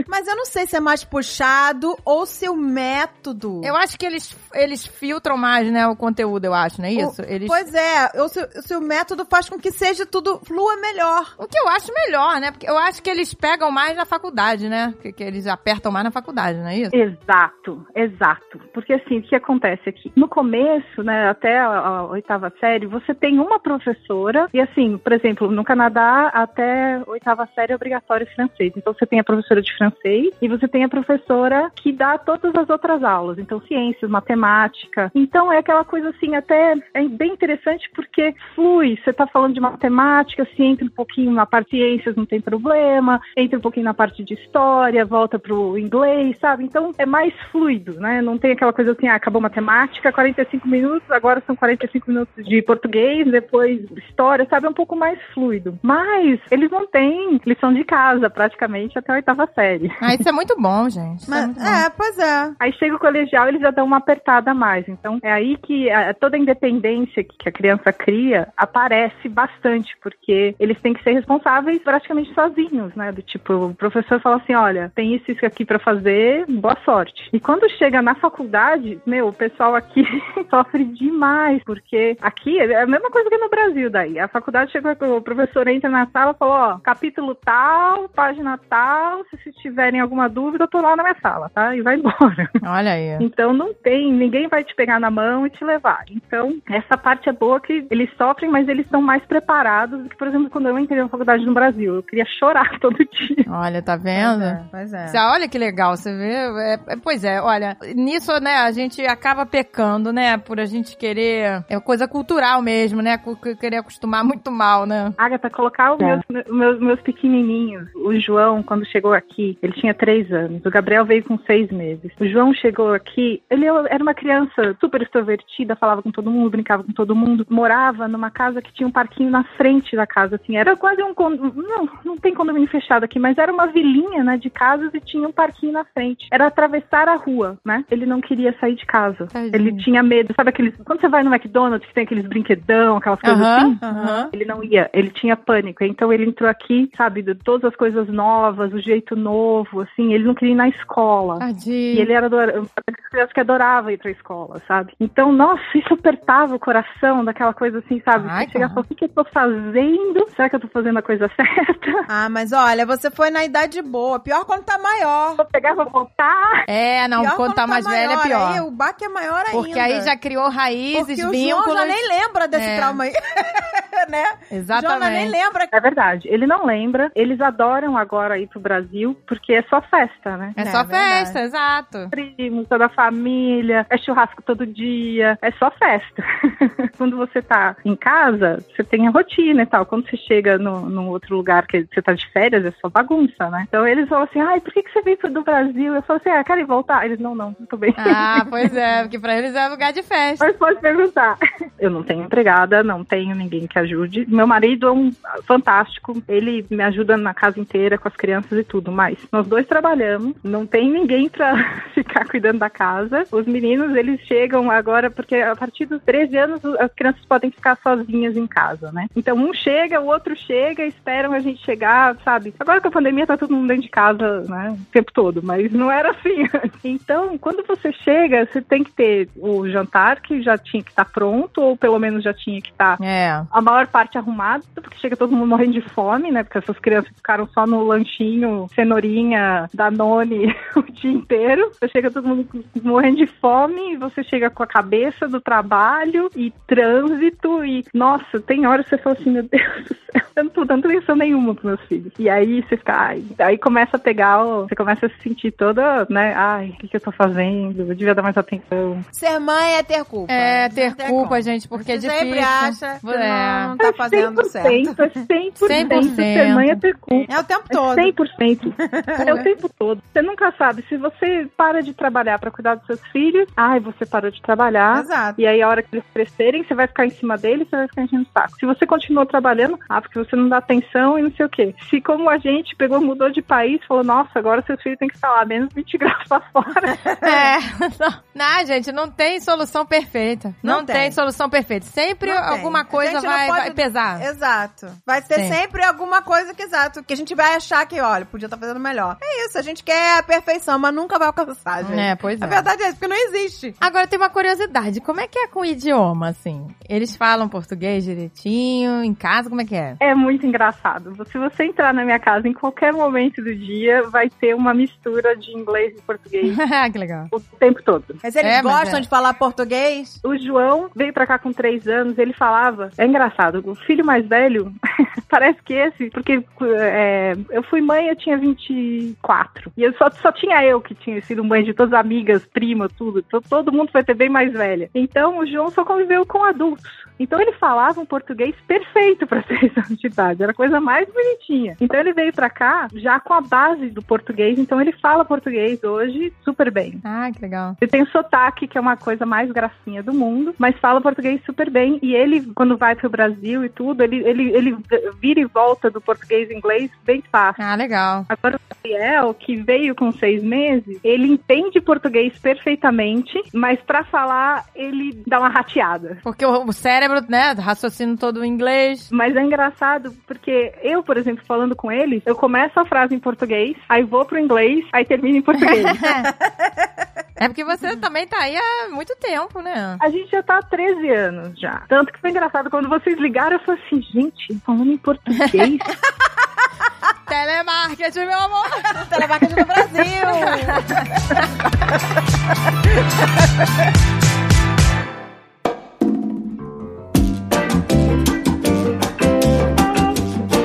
S1: Mas eu não sei se é mais puxado ou se o método.
S2: Eu acho que eles, eles filtram mais, né, o conteúdo, eu acho, não é isso? Eles
S1: Pois é, ou se, se o método faz com que seja tudo flua melhor.
S2: O que eu acho melhor, né? Porque eu acho que eles pegam mais na faculdade, né? Que, que eles apertam mais na faculdade, não é isso?
S5: Exato, exato. Porque assim, o que acontece aqui? No começo, né, até a, a oitava série, você tem uma professora, e assim, por exemplo, no Canadá, até a oitava série é obrigatório francês. Então você tem a professora de francês e você tem a professora que dá todas as outras aulas. Então, ciências, matemática. Então é aquela coisa assim, até é bem interessante porque flui. Você tá falando de matemática, se entra um pouquinho na parte de ciências, não tem problema, entra um pouquinho na parte de história, volta pro inglês, sabe? Então é mais fluido, né? Não tem aquela coisa assim, ah, acabou matemática, 45 minutos, agora são 45 minutos de português, depois história, sabe? É um pouco mais fluido. Mas eles não têm lição de casa praticamente até a oitava série.
S2: Ah, isso é muito bom, gente. Isso é
S1: Mas,
S2: muito bom.
S1: é, pois é.
S5: Aí chega o colegial, eles já dão uma apertada a mais. Então, é aí que a- toda a independência que que a criança cria aparece bastante, porque eles têm que ser responsáveis praticamente sozinhos, né? Do tipo, o professor fala assim: olha, tem isso e isso aqui pra fazer, boa sorte. E quando chega na faculdade, meu, o pessoal aqui (laughs) sofre demais, porque aqui é a mesma coisa que no Brasil daí. A faculdade chega, o professor entra na sala e fala, ó, capítulo tal, página tal, se, se tiverem alguma dúvida, eu tô lá na minha sala, tá? E vai embora.
S2: Olha aí.
S5: Então não tem, ninguém vai te pegar na mão e te levar. Então, essa parte é boa que eles sofrem, mas eles estão mais preparados do que, por exemplo, quando eu entrei na faculdade no Brasil. Eu queria chorar (laughs) todo dia.
S2: Olha, tá vendo?
S1: Pois é.
S2: Você- olha que legal, você vê? É, é, pois é, olha, nisso, né, a gente acaba pecando, né, por a gente querer... É coisa cultural mesmo, né, cu- cu- querer acostumar muito mal, né?
S5: Agatha, colocar os
S4: É.
S5: meus, meus, meus pequenininhos. O João, quando chegou aqui, ele tinha três anos. O Gabriel veio com seis meses. O João chegou aqui, ele é, era uma criança super extrovertida, falava com todo mundo, brincava com todo mundo. Morava numa casa que tinha um parquinho na frente da casa, assim. Era quase um... Condo... Não, não tem condomínio fechado aqui, mas era uma vilinha, né, de casas e tinha um parquinho na frente. Era atravessar a rua, né? Ele não queria sair de casa.
S2: Tadinho.
S5: Ele tinha medo. Sabe aqueles... Quando você vai no McDonald's, que tem aqueles brinquedão, aquelas coisas assim?
S2: Aham,
S1: Aham.
S2: aham.
S5: Ele não ia, ele tinha pânico. Então ele entrou aqui, sabe, de todas as coisas novas, o jeito novo, assim, ele não queria ir na escola. E
S2: Tadinho.
S5: ele era adora- um uma das crianças que adorava ir pra escola, sabe? Então, nossa, isso apertava o coração daquela coisa assim, sabe?
S2: Ai,
S5: Você chega
S2: cara.
S5: e fala, o que, que eu tô fazendo? Será que eu tô fazendo a coisa (laughs) certa?
S1: Ah, mas olha, você foi na idade boa. Pior quando tá maior.
S5: Vou pegar, vou voltar.
S2: É, não,
S1: pior
S2: quando tá mais velho é
S1: maior,
S2: pior.
S1: aí o baque é maior ainda.
S2: Porque aí já criou raízes,
S1: Porque o João
S2: vínculos.
S1: já nem lembra desse
S2: É.
S1: trauma aí. (laughs) né? O João já nem
S2: Exatamente.
S1: lembra.
S5: É verdade, ele não lembra. Eles adoram agora ir pro Brasil, porque é só festa, né?
S2: É
S1: É
S2: só
S1: verdade.
S2: festa, exato.
S5: primos, toda a família, é churrasco todo dia, é só festa. (laughs) Quando você tá em casa, você tem a rotina e tal. Quando você chega no- num outro lugar que você tá de férias, é só bagunça, né? Então eles falam assim, ai, por que, que você veio pro- do Brasil? Eu falo assim, ah, quero ir voltar. Eles, não, não, tudo bem.
S2: Ah, pois é, porque pra eles é lugar de festa.
S5: Mas pode perguntar. Eu não tenho empregada, não tenho ninguém que ajude. Meu marido é um fantástico, ele me ajuda na casa inteira, com as crianças e tudo, mas nós dois trabalhamos, não tem ninguém pra (laughs) ficar cuidando da casa. Os meninos, eles chegam agora, porque a partir dos 13 anos as crianças podem ficar sozinhas em casa, né? Então um chega, o outro chega, esperam a gente chegar, sabe? Agora com a pandemia tá todo mundo dentro de casa, né? O tempo todo, mas não era assim antes. Então, quando você chega, você tem que ter o jantar que já tinha que estar pronto, ou pelo menos já tinha que tá estar
S2: É.
S5: a maior parte arrumada, porque chega todo mundo morrendo de fome, né? Porque essas crianças ficaram só no lanchinho, cenourinha, danone (laughs) o dia inteiro. Você chega todo mundo morrendo de fome, e você chega com a cabeça do trabalho e trânsito e nossa, tem horas que você fala assim, meu Deus do céu, eu não tô dando atenção nenhuma pros meus filhos. E aí você fica, ai, aí começa a pegar, o- você começa a se sentir toda, né? Ai, o que, que eu tô fazendo? Eu devia dar mais atenção.
S1: Ser mãe é ter culpa.
S2: É, ter
S1: Não tem
S2: culpa,
S1: como.
S2: gente, porque é
S1: Você
S2: difícil.
S1: sempre acha que
S2: É.
S1: não tá fazendo certo.
S5: É 100%,
S2: 100%.
S5: ser mãe é ter culpa.
S1: É o tempo
S5: É
S1: todo.
S5: 100%. É o tempo todo. Você nunca sabe. Se você para de trabalhar pra cuidar dos seus filhos, ai, você parou de trabalhar.
S1: Exato.
S5: E aí, a hora que eles crescerem, você vai ficar em cima deles, você vai ficar enchendo o saco. Se você continua trabalhando, ah, porque você não dá atenção e não sei o quê. Se, como a gente pegou, mudou de país, falou, nossa, agora seus filhos têm que estar lá, menos 20 (laughs) graus pra fora.
S2: (laughs) É. Não, não, gente, não tem solução perfeita. Não,
S1: Não
S2: tem.
S1: tem.
S2: solução perfeita. Sempre
S1: Não tem.
S2: alguma
S1: A
S2: coisa
S1: gente não
S2: vai,
S1: pode-
S2: vai pesar.
S1: Exato. Vai ter
S2: Sim.
S1: sempre alguma coisa que exato, que a gente vai achar que, olha, podia estar fazendo melhor. É isso, a gente quer a perfeição, mas nunca vai alcançar, gente.
S2: É, pois é.
S1: A verdade é isso, porque não existe.
S2: Agora tem uma curiosidade, como é que é com o idioma, assim? Eles falam português direitinho, em casa, como é que é? (laughs)
S5: É muito engraçado. Se você entrar na minha casa em qualquer momento do dia, vai ter uma mistura de inglês
S2: (laughs)
S5: e português
S2: Ah, que legal.
S5: o tempo todo.
S1: Mas eles
S2: É, mas
S1: gostam
S2: é.
S1: de falar português?
S5: O João veio pra cá com três anos, ele falava. É engraçado, o filho mais velho, (laughs) parece que esse, porque é, eu fui mãe, eu tinha 24. E eu só, só tinha eu que tinha sido mãe de todas as amigas, prima, tudo. To- Todo mundo foi ter bem mais velha. Então o João só conviveu com adultos. Então ele falava um português perfeito pra (laughs) três anos de idade. Era a coisa mais bonitinha. Então ele veio pra cá já com a base do português. Então ele fala português hoje super bem.
S2: Ah, que legal.
S5: Ele tem o sotaque, que é uma coisa mais gracinha do mundo, mas fala português super bem. E ele, quando vai pro Brasil e tudo, ele, ele, ele vira e volta do português e inglês bem fácil.
S2: Ah, legal.
S5: Agora o Gabriel, que veio com seis meses, ele entende português perfeitamente, mas pra falar ele dá uma rateada.
S2: Porque o, o cérebro, né, raciocínio todo em inglês.
S5: Mas é engraçado porque eu, por exemplo, falando com eles, eu começo a frase em português, aí vou pro inglês, aí termino em português.
S2: É porque você também tá aí há muito tempo, né?
S5: A gente já tá há 13 anos já. Tanto que foi engraçado, quando vocês ligaram, eu falei assim, gente, falando em português.
S2: Telemark, telemarketing, meu amor.
S1: (laughs) Telemarketing do Brasil.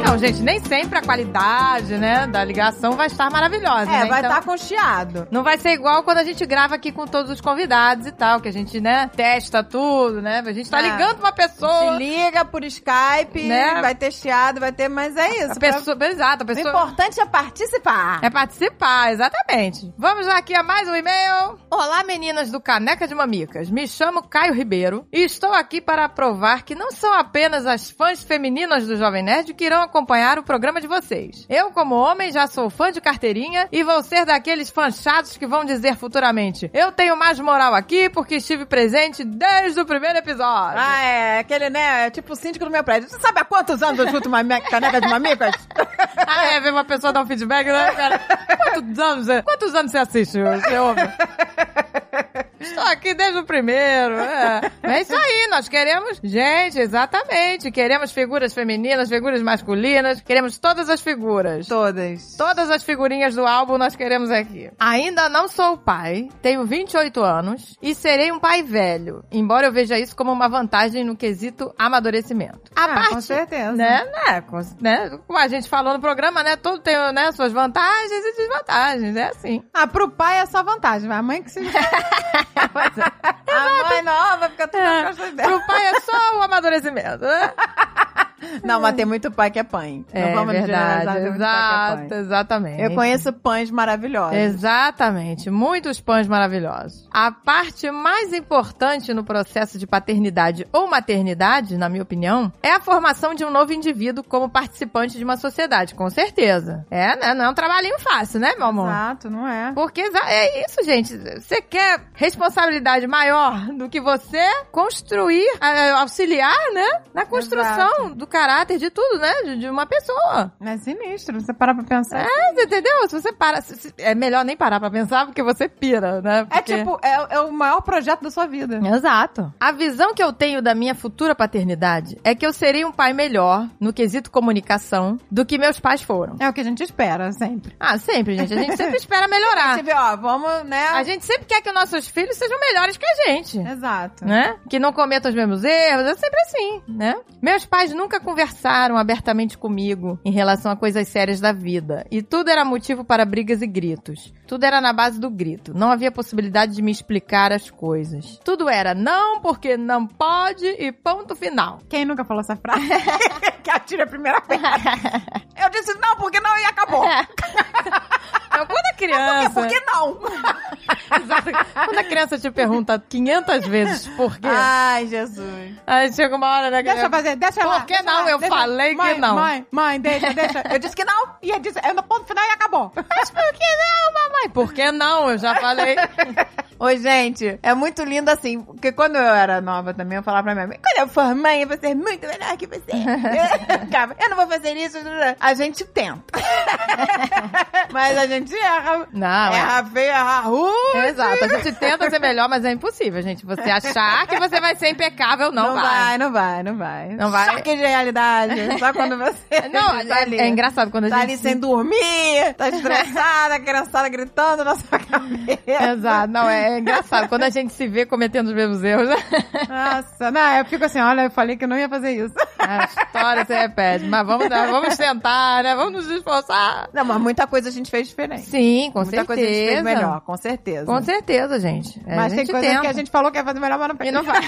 S2: Não, gente, nem sempre a qualidade, né, da ligação vai estar maravilhosa.
S1: É,
S2: né?
S1: vai
S2: Então,
S1: estar com chiado.
S2: Não vai ser igual quando a gente grava aqui com todos os convidados e tal, que a gente, né, testa tudo, né? A gente tá
S1: É.
S2: ligando uma
S1: Se
S2: pessoa.
S1: liga por Skype,
S2: Né?
S1: vai ter chiado, vai ter... Mas é
S2: A
S1: isso. pra-
S2: pessoa, exato, a
S1: O
S2: pessoa
S1: importante é participar.
S2: É participar, exatamente. Vamos lá aqui a mais um e-mail. Olá, meninas do Caneca de Mamicas. Me chamo Caio Ribeiro e estou aqui para provar que não são apenas as fãs femininas do Jovem Nerd que irão acompanhar o programa de vocês. Eu, como homem, já sou fã de carteirinha e vou ser daqueles fanchados que vão dizer futuramente: Eu tenho mais moral aqui porque estive presente desde o primeiro episódio.
S1: Ah, é, aquele, né? É tipo o síndico do meu prédio. Você sabe há quantos anos eu chuto uma me- caneca de mamicas?
S2: Ah, é, ver uma pessoa dar um feedback, né, cara? Quantos anos, é- quantos anos você assiste, você ouve? Estou aqui desde o primeiro. É. é isso aí, nós queremos. Gente, exatamente. Queremos figuras femininas, figuras masculinas, queremos todas as figuras.
S1: (laughs) Todas.
S2: Todas as figurinhas do álbum nós queremos aqui. Ainda não sou pai, tenho 28 anos e serei um pai velho, embora eu veja isso como uma vantagem no quesito amadurecimento. A
S1: Ah, com certeza.
S2: né, né, com, né, como a gente falou no programa, né, tudo tem, né, suas vantagens e desvantagens, é
S1: (laughs)
S2: assim.
S1: Ah, pro pai é só vantagem, mas a mãe que (laughs) se... é. a mãe nova fica tudo nas costas dela.
S2: Pro pai é só o amadurecimento,
S1: (laughs)
S2: né?
S1: Não, mas tem muito pai que é pai.
S2: É
S1: não vamos generalizar,
S2: verdade,
S1: tem muito pai que é
S2: exato,
S1: pai.
S2: exatamente.
S1: Eu conheço pães maravilhosos.
S2: Exatamente, muitos pães maravilhosos. A parte mais importante no processo de paternidade ou maternidade, na minha opinião, é a formação de um novo indivíduo como participante de uma sociedade, com certeza. É, né? Não é um trabalhinho fácil, né, meu amor?
S1: Exato, não é?
S2: Porque exa- é isso, gente. Você quer responsabilidade maior do que você construir, eh, auxiliar, né? Na construção do caráter de tudo, né? De, de uma pessoa.
S1: É sinistro, você para pra pensar.
S2: É, você entendeu? Se você para. se- se- é melhor nem parar pra pensar, porque você pira, né?
S1: É
S2: Porque-
S1: tipo, é, é o maior projeto da sua vida.
S2: Exato. A visão que eu tenho da minha futura paternidade é que eu serei um pai melhor no quesito comunicação do que meus pais foram.
S1: É o que a gente espera sempre.
S2: Ah, sempre, gente. A gente sempre espera
S1: Você
S2: melhorar.
S1: vê, ó, vamos, né?
S2: A gente sempre quer que nossos filhos sejam melhores que a gente.
S1: Exato.
S2: né? Que não cometam os mesmos erros, é sempre assim, né? Meus pais nunca conversaram abertamente comigo em relação a coisas sérias da vida, e tudo era motivo para brigas e gritos. Tudo era na base do grito, não havia possibilidade de me explicar as coisas. Tudo era não porque não pode e ponto final.
S1: Quem nunca falou essa frase? (laughs) que atira a primeira pedra. Eu disse não, porque não
S2: (laughs)
S1: e acabou.
S2: Então, quando a (laughs) criança,
S1: Porque não.
S2: Exato. quando a criança te pergunta 500 vezes por quê,
S1: Ai, Jesus.
S2: aí chega uma hora, né, que-
S1: Deixa eu fazer, deixa
S2: Por
S1: lá.
S2: que
S1: deixa
S2: não?
S1: lá,
S2: Eu
S1: deixa-
S2: falei que
S1: Mãe,
S2: não.
S1: Mãe, mãe, deixa, deixa. Eu disse que não e eu disse, é no ponto final e acabou.
S2: Mas tipo, por que não, mamãe? Por que não? Eu já (laughs) falei.
S1: (laughs) Oi, gente, é muito lindo assim, porque quando eu era nova também, eu falava pra minha mãe, quando eu for mãe, eu vou ser muito melhor que (laughs) você. Eu ficava, eu não vou fazer isso. A gente (laughs) tenta. Mas a gente erra.
S2: Não, é.
S1: erra feio, erra ruim.
S2: Exato, é, a gente tenta ser melhor, mas é impossível, gente. Você achar que você vai ser impecável, não, vai.
S1: não vai, não vai.
S2: Não vai.
S1: Choque de
S2: (laughs)
S1: realidade. Só quando você.
S2: Não,
S1: (laughs) tá
S2: é,
S1: ali.
S2: é engraçado quando a
S1: Tá
S2: gente.
S1: ali sem dormir, tá estressada, a criançada gritando na sua cabeça.
S2: (laughs) Exato, não, é engraçado. Quando a gente se vê cometendo os mesmos erros, (laughs)
S1: Nossa, não, eu fico assim, olha, eu falei que eu não ia fazer isso.
S2: a história se repete. Mas vamos, dar- vamos tentar, né? Vamos nos esforçar.
S1: Não, mas muita coisa a gente fez diferente.
S2: Sim, com
S1: muita
S2: certeza.
S1: coisa a gente fez melhor, com certeza.
S2: Com certeza, gente. É,
S1: Mas
S2: a
S1: tem
S2: gente
S1: coisa
S2: tenta.
S1: que a gente falou que ia fazer melhor, mas não fez.
S2: E não vai.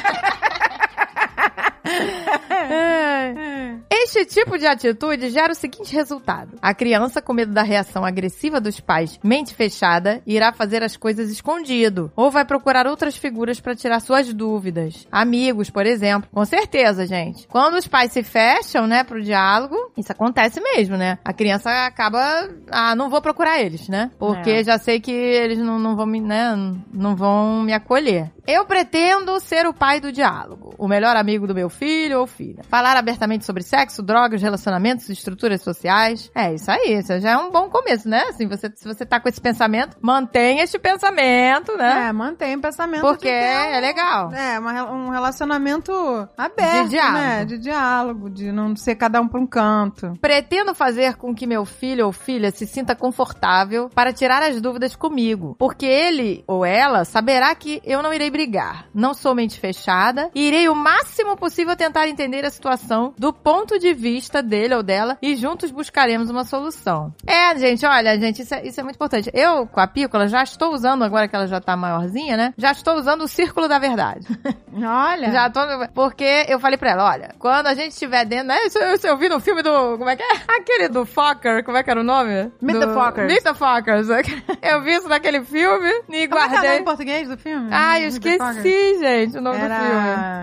S2: Ai. Este tipo de atitude gera o seguinte resultado: a criança, com medo da reação agressiva dos pais, mente fechada, irá fazer as coisas escondido ou vai procurar outras figuras para tirar suas dúvidas. Amigos, por exemplo. Com certeza, gente. Quando os pais se fecham, né, pro diálogo, isso acontece mesmo, né? A criança acaba, ah, não vou procurar eles, né? Porque
S1: É.
S2: já sei que eles não, não vão me, né, não vão me acolher. Eu pretendo ser o pai do diálogo, o melhor amigo do meu filho ou filha. Falar abertamente sobre sexo, drogas, relacionamentos, estruturas sociais. É isso aí, isso já é um bom começo, né? Assim, você, se você tá com esse pensamento, mantenha este pensamento, né?
S1: (laughs) É, mantém o pensamento
S2: Porque
S1: de ter um-
S2: é legal.
S1: É, uma re- um relacionamento aberto,
S2: De diálogo.
S1: né? De diálogo, de não ser cada um pra um canto.
S2: Pretendo fazer com que meu filho ou filha se sinta confortável para tirar as dúvidas comigo, porque ele ou ela saberá que eu não irei brigar, não sou mente fechada e irei o máximo possível tentar entender a situação do ponto de vista dele ou dela e juntos buscaremos uma solução. É, gente, olha, gente, isso é, isso é muito importante. Eu, com a Pícola, já estou usando, agora que ela já tá maiorzinha, né? Já estou usando o círculo da verdade.
S1: Olha.
S2: Já tô. Porque eu falei pra ela: olha, quando a gente estiver dentro. Né, isso, isso eu vi no filme do. Como é que é? Aquele do Fokker, como é que era o nome?
S1: Meet the
S2: Do-
S1: Fockers.
S2: Meet the Fockers. (laughs) Eu vi isso naquele filme e
S1: Como é que é o nome
S2: guardei.
S1: em português do filme?
S2: Ai, eu
S1: Do Fokker?
S2: esqueci, gente, o nome
S1: Era...
S2: do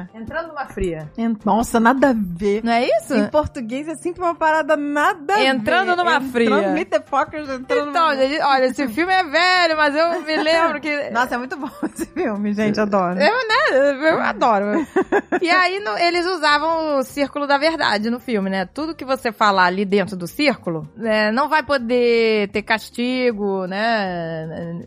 S2: filme. Entrando numa fria.
S1: Ent- Nossa, nada a ver.
S2: Não é isso?
S1: Em português é sempre uma parada nada a ver.
S2: Entrando numa fria.
S1: Entrando, meet the fuckers, entrando
S2: Então,
S1: numa...
S2: gente, olha, esse filme é velho, mas eu me lembro que.
S1: (laughs) Nossa, é muito bom esse filme, gente, adoro.
S2: Eu, né? Eu adoro. e aí, no- eles usavam o círculo da verdade no filme, né? Tudo que você falar ali dentro do círculo, né, não vai poder ter castigo, né?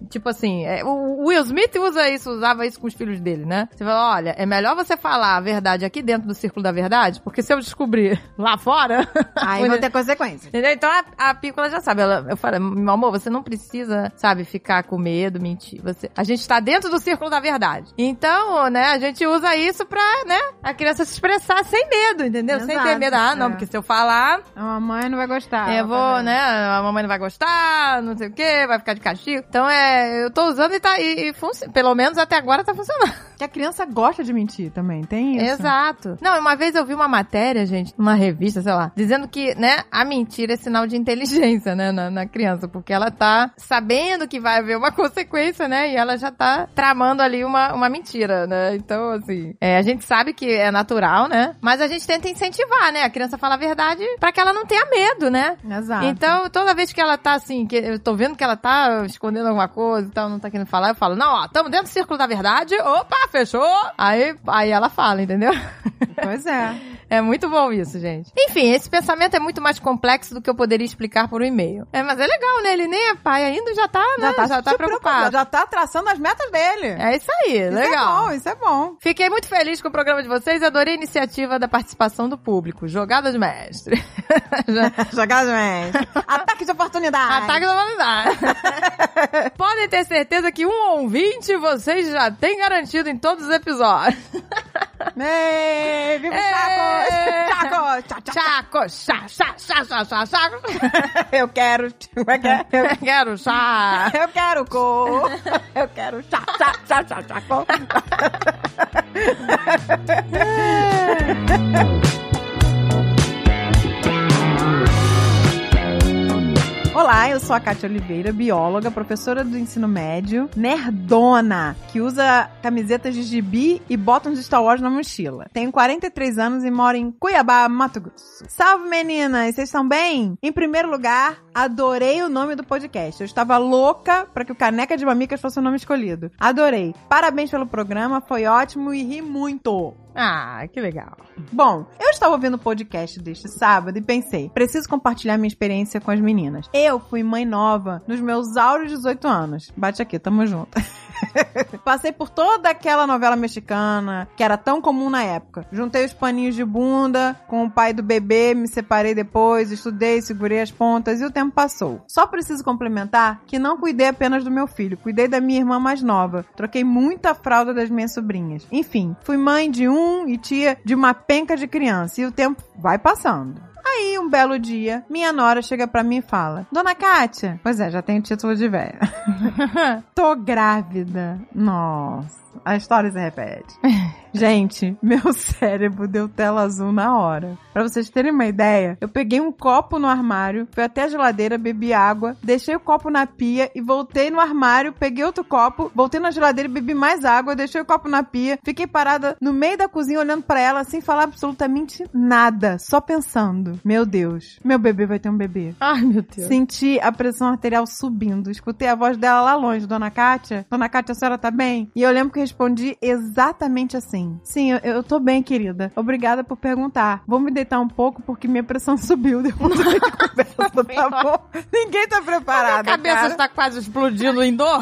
S2: Tipo assim, é, o o Will Smith usa isso, usava isso com os filhos dele, né? Você fala, olha, é melhor você falar a verdade aqui dentro do círculo da verdade, porque se eu descobrir lá fora... (laughs)
S1: Aí vai ter consequência.
S2: Entendeu? Então a, a Pícola já sabe. Ela, eu falo, meu amor, você não precisa, sabe, ficar com medo, mentir. Você, a gente tá dentro do círculo da verdade. Então, né, a gente usa isso pra, né, a criança se expressar sem medo, entendeu? sem ter
S1: Exato,
S2: medo. Ah, não,
S1: é. Ah,
S2: porque se eu falar,
S1: A mamãe não vai gostar.
S2: eu vou, né, a mamãe não vai gostar, não sei o quê, vai ficar de castigo. Então é, eu tô usando e tá, e, e funci- pelo menos até agora tá funcionando.
S1: Que a criança gosta de mentir também, tem isso?
S2: Exato. Não, uma vez eu vi uma matéria, gente, numa revista, sei lá, dizendo que, né, a mentira é sinal de inteligência, né, na, na criança, porque ela tá sabendo que vai haver uma (laughs) consequência, né, e ela já tá tramando ali uma, uma mentira, né, então, assim, é, a gente sabe que é natural, né, mas a gente tenta incentivar, né, a criança fala a verdade pra que ela não tenha medo, né.
S1: Exato.
S2: Então, toda vez que ela tá assim, que eu tô vendo que ela tá escondendo alguma coisa e tal, não tá querendo falar, eu falo, não, ó, tamo dentro do círculo da verdade, opa, fechou! Aí, aí ela fala, entendeu? (laughs) Então,
S1: Pois é.
S2: É muito bom isso, gente. Enfim, esse pensamento é muito mais complexo do que eu poderia explicar por um e-mail. É, mas é legal, né? Ele nem é pai ainda, já tá, né? Já tá,
S1: se
S2: preocupado.
S1: Já tá traçando as metas dele.
S2: É isso aí, legal.
S1: Isso é bom, isso é bom. (laughs)
S2: Fiquei muito feliz com o programa de vocês e adorei a iniciativa da participação do público. Jogada de mestre. (laughs) Já-
S1: Jogada,
S2: (laughs)
S1: gente. Ataque de oportunidade.
S2: Ataque da humanidade. tá
S1: (laughs)
S2: Podem ter certeza que um ouvinte vocês já têm garantido em todos os episódios.
S1: Ei, viva os
S2: É.
S1: tacos! Tacos! Tchá, tchá,
S2: Chaco, chá, chá, chá, chá, chá, chá.
S1: tchá. Eu quero... Como é que é?
S2: Eu quero chá.
S1: Eu quero cor. Eu quero chá, chá, chá, chá, chá, cor. Olá, eu sou a Cátia Oliveira, bióloga, professora do ensino médio, nerdona, que usa camisetas de gibi e bota uns Star Wars na mochila. Tenho 43 anos e moro em Cuiabá, Mato Grosso. Salve, meninas! Vocês estão bem? Em primeiro lugar, adorei o nome do podcast. Eu estava louca para que o Caneca de Mamicas fosse o nome escolhido. Adorei. Parabéns pelo programa, foi ótimo e ri muito.
S2: Ah, que legal.
S1: Bom, eu estava ouvindo o podcast deste sábado e pensei, preciso compartilhar minha experiência com as meninas. Eu fui mãe nova nos meus auros 18 anos. Bate aqui, tamo junto. Passei por toda aquela novela mexicana que era tão comum na época. Juntei os paninhos de bunda com o pai do bebê, me separei depois, estudei, segurei as pontas e o tempo passou. Só preciso complementar que não cuidei apenas do meu filho, cuidei da minha irmã mais nova. Troquei muita fralda das minhas sobrinhas. Enfim, fui mãe de um e tia de uma penca de criança e o tempo vai passando. Aí, um belo dia, minha nora chega pra mim e fala: Dona Kátia. Pois é, já tem o título de velha. Tô grávida. Nossa, a história se repete. Gente, meu cérebro deu tela azul na hora. Pra vocês terem uma ideia, eu peguei um copo no armário, fui até a geladeira, bebi água, deixei o copo na pia e voltei no armário, peguei outro copo, voltei na geladeira, bebi mais água, deixei o copo na pia, fiquei parada no meio da cozinha olhando pra ela sem falar absolutamente nada, só pensando: Meu Deus, meu bebê vai ter um bebê.
S2: Ai, meu Deus.
S1: Senti a pressão arterial subindo. Escutei a voz dela lá longe, Dona Kátia. Dona Kátia, a senhora tá bem? E eu lembro que respondi exatamente assim. Sim, eu, eu tô bem, querida. Obrigada por perguntar. Vou me deitar um pouco porque minha pressão (laughs) subiu depois
S2: (laughs)
S1: da gente conversa, tá bom? Ninguém tá
S2: A
S1: preparado,
S2: cabeça
S1: cara.
S2: está quase explodindo em dor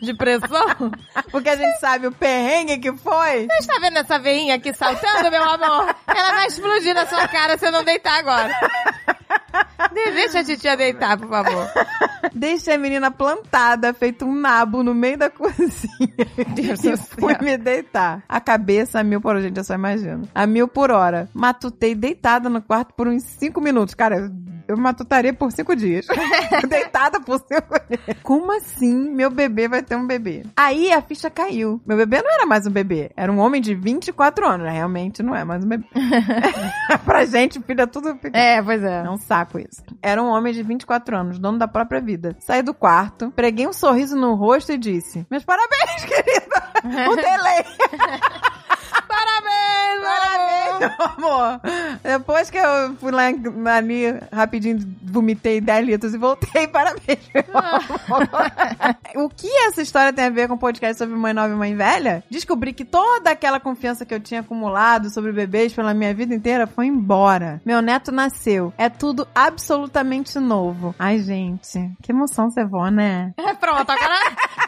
S2: de pressão.
S1: Porque a gente sabe o perrengue que foi.
S2: Você está vendo essa veinha aqui saltando, meu amor? Ela vai explodir na sua cara se eu não deitar agora. De- Deixa a titia deitar, por favor.
S1: Deixei a menina plantada, feito um nabo no meio da (laughs) cozinha.
S2: Deus
S1: e
S2: do
S1: fui
S2: céu.
S1: me deitar. A cabeça a mil por hora, gente, eu só imagino. A mil por hora. Matutei deitada no quarto por uns cinco minutos. Cara, eu- eu matutaria por cinco
S2: (laughs)
S1: dias. deitada por cinco dias. Como assim meu bebê vai ter um bebê? Aí a ficha caiu. Meu bebê não era mais um bebê. Era um homem de 24 anos. né? Realmente não é mais
S2: (laughs)
S1: um bebê. (laughs) pra gente, filha, tudo pequeno.
S2: É, pois é.
S1: É um saco isso. Era um homem de 24 anos, dono da própria vida. Saí do quarto, preguei um sorriso no rosto e disse: Meus parabéns, (laughs) querida! O delay! (laughs)
S2: Parabéns,
S1: Parabéns, meu amor! Depois que eu fui lá em- ali rapidinho, vomitei 10 litros e voltei, (laughs) parabéns, meu
S2: Ah,
S1: amor! o que essa história tem a ver com o podcast sobre mãe nova e mãe velha? Descobri que toda aquela confiança que eu tinha acumulado sobre bebês pela minha vida inteira foi embora. Meu neto nasceu. É tudo absolutamente novo. Ai, gente, que emoção ser vó, né?
S2: É, pronto, agora.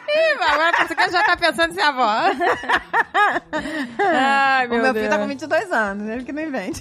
S2: Ih, agora parece que eu já tá pensando em ser avó. Ai, meu,
S1: o meu
S2: Deus.
S1: filho tá com 22 anos, ele que não invente.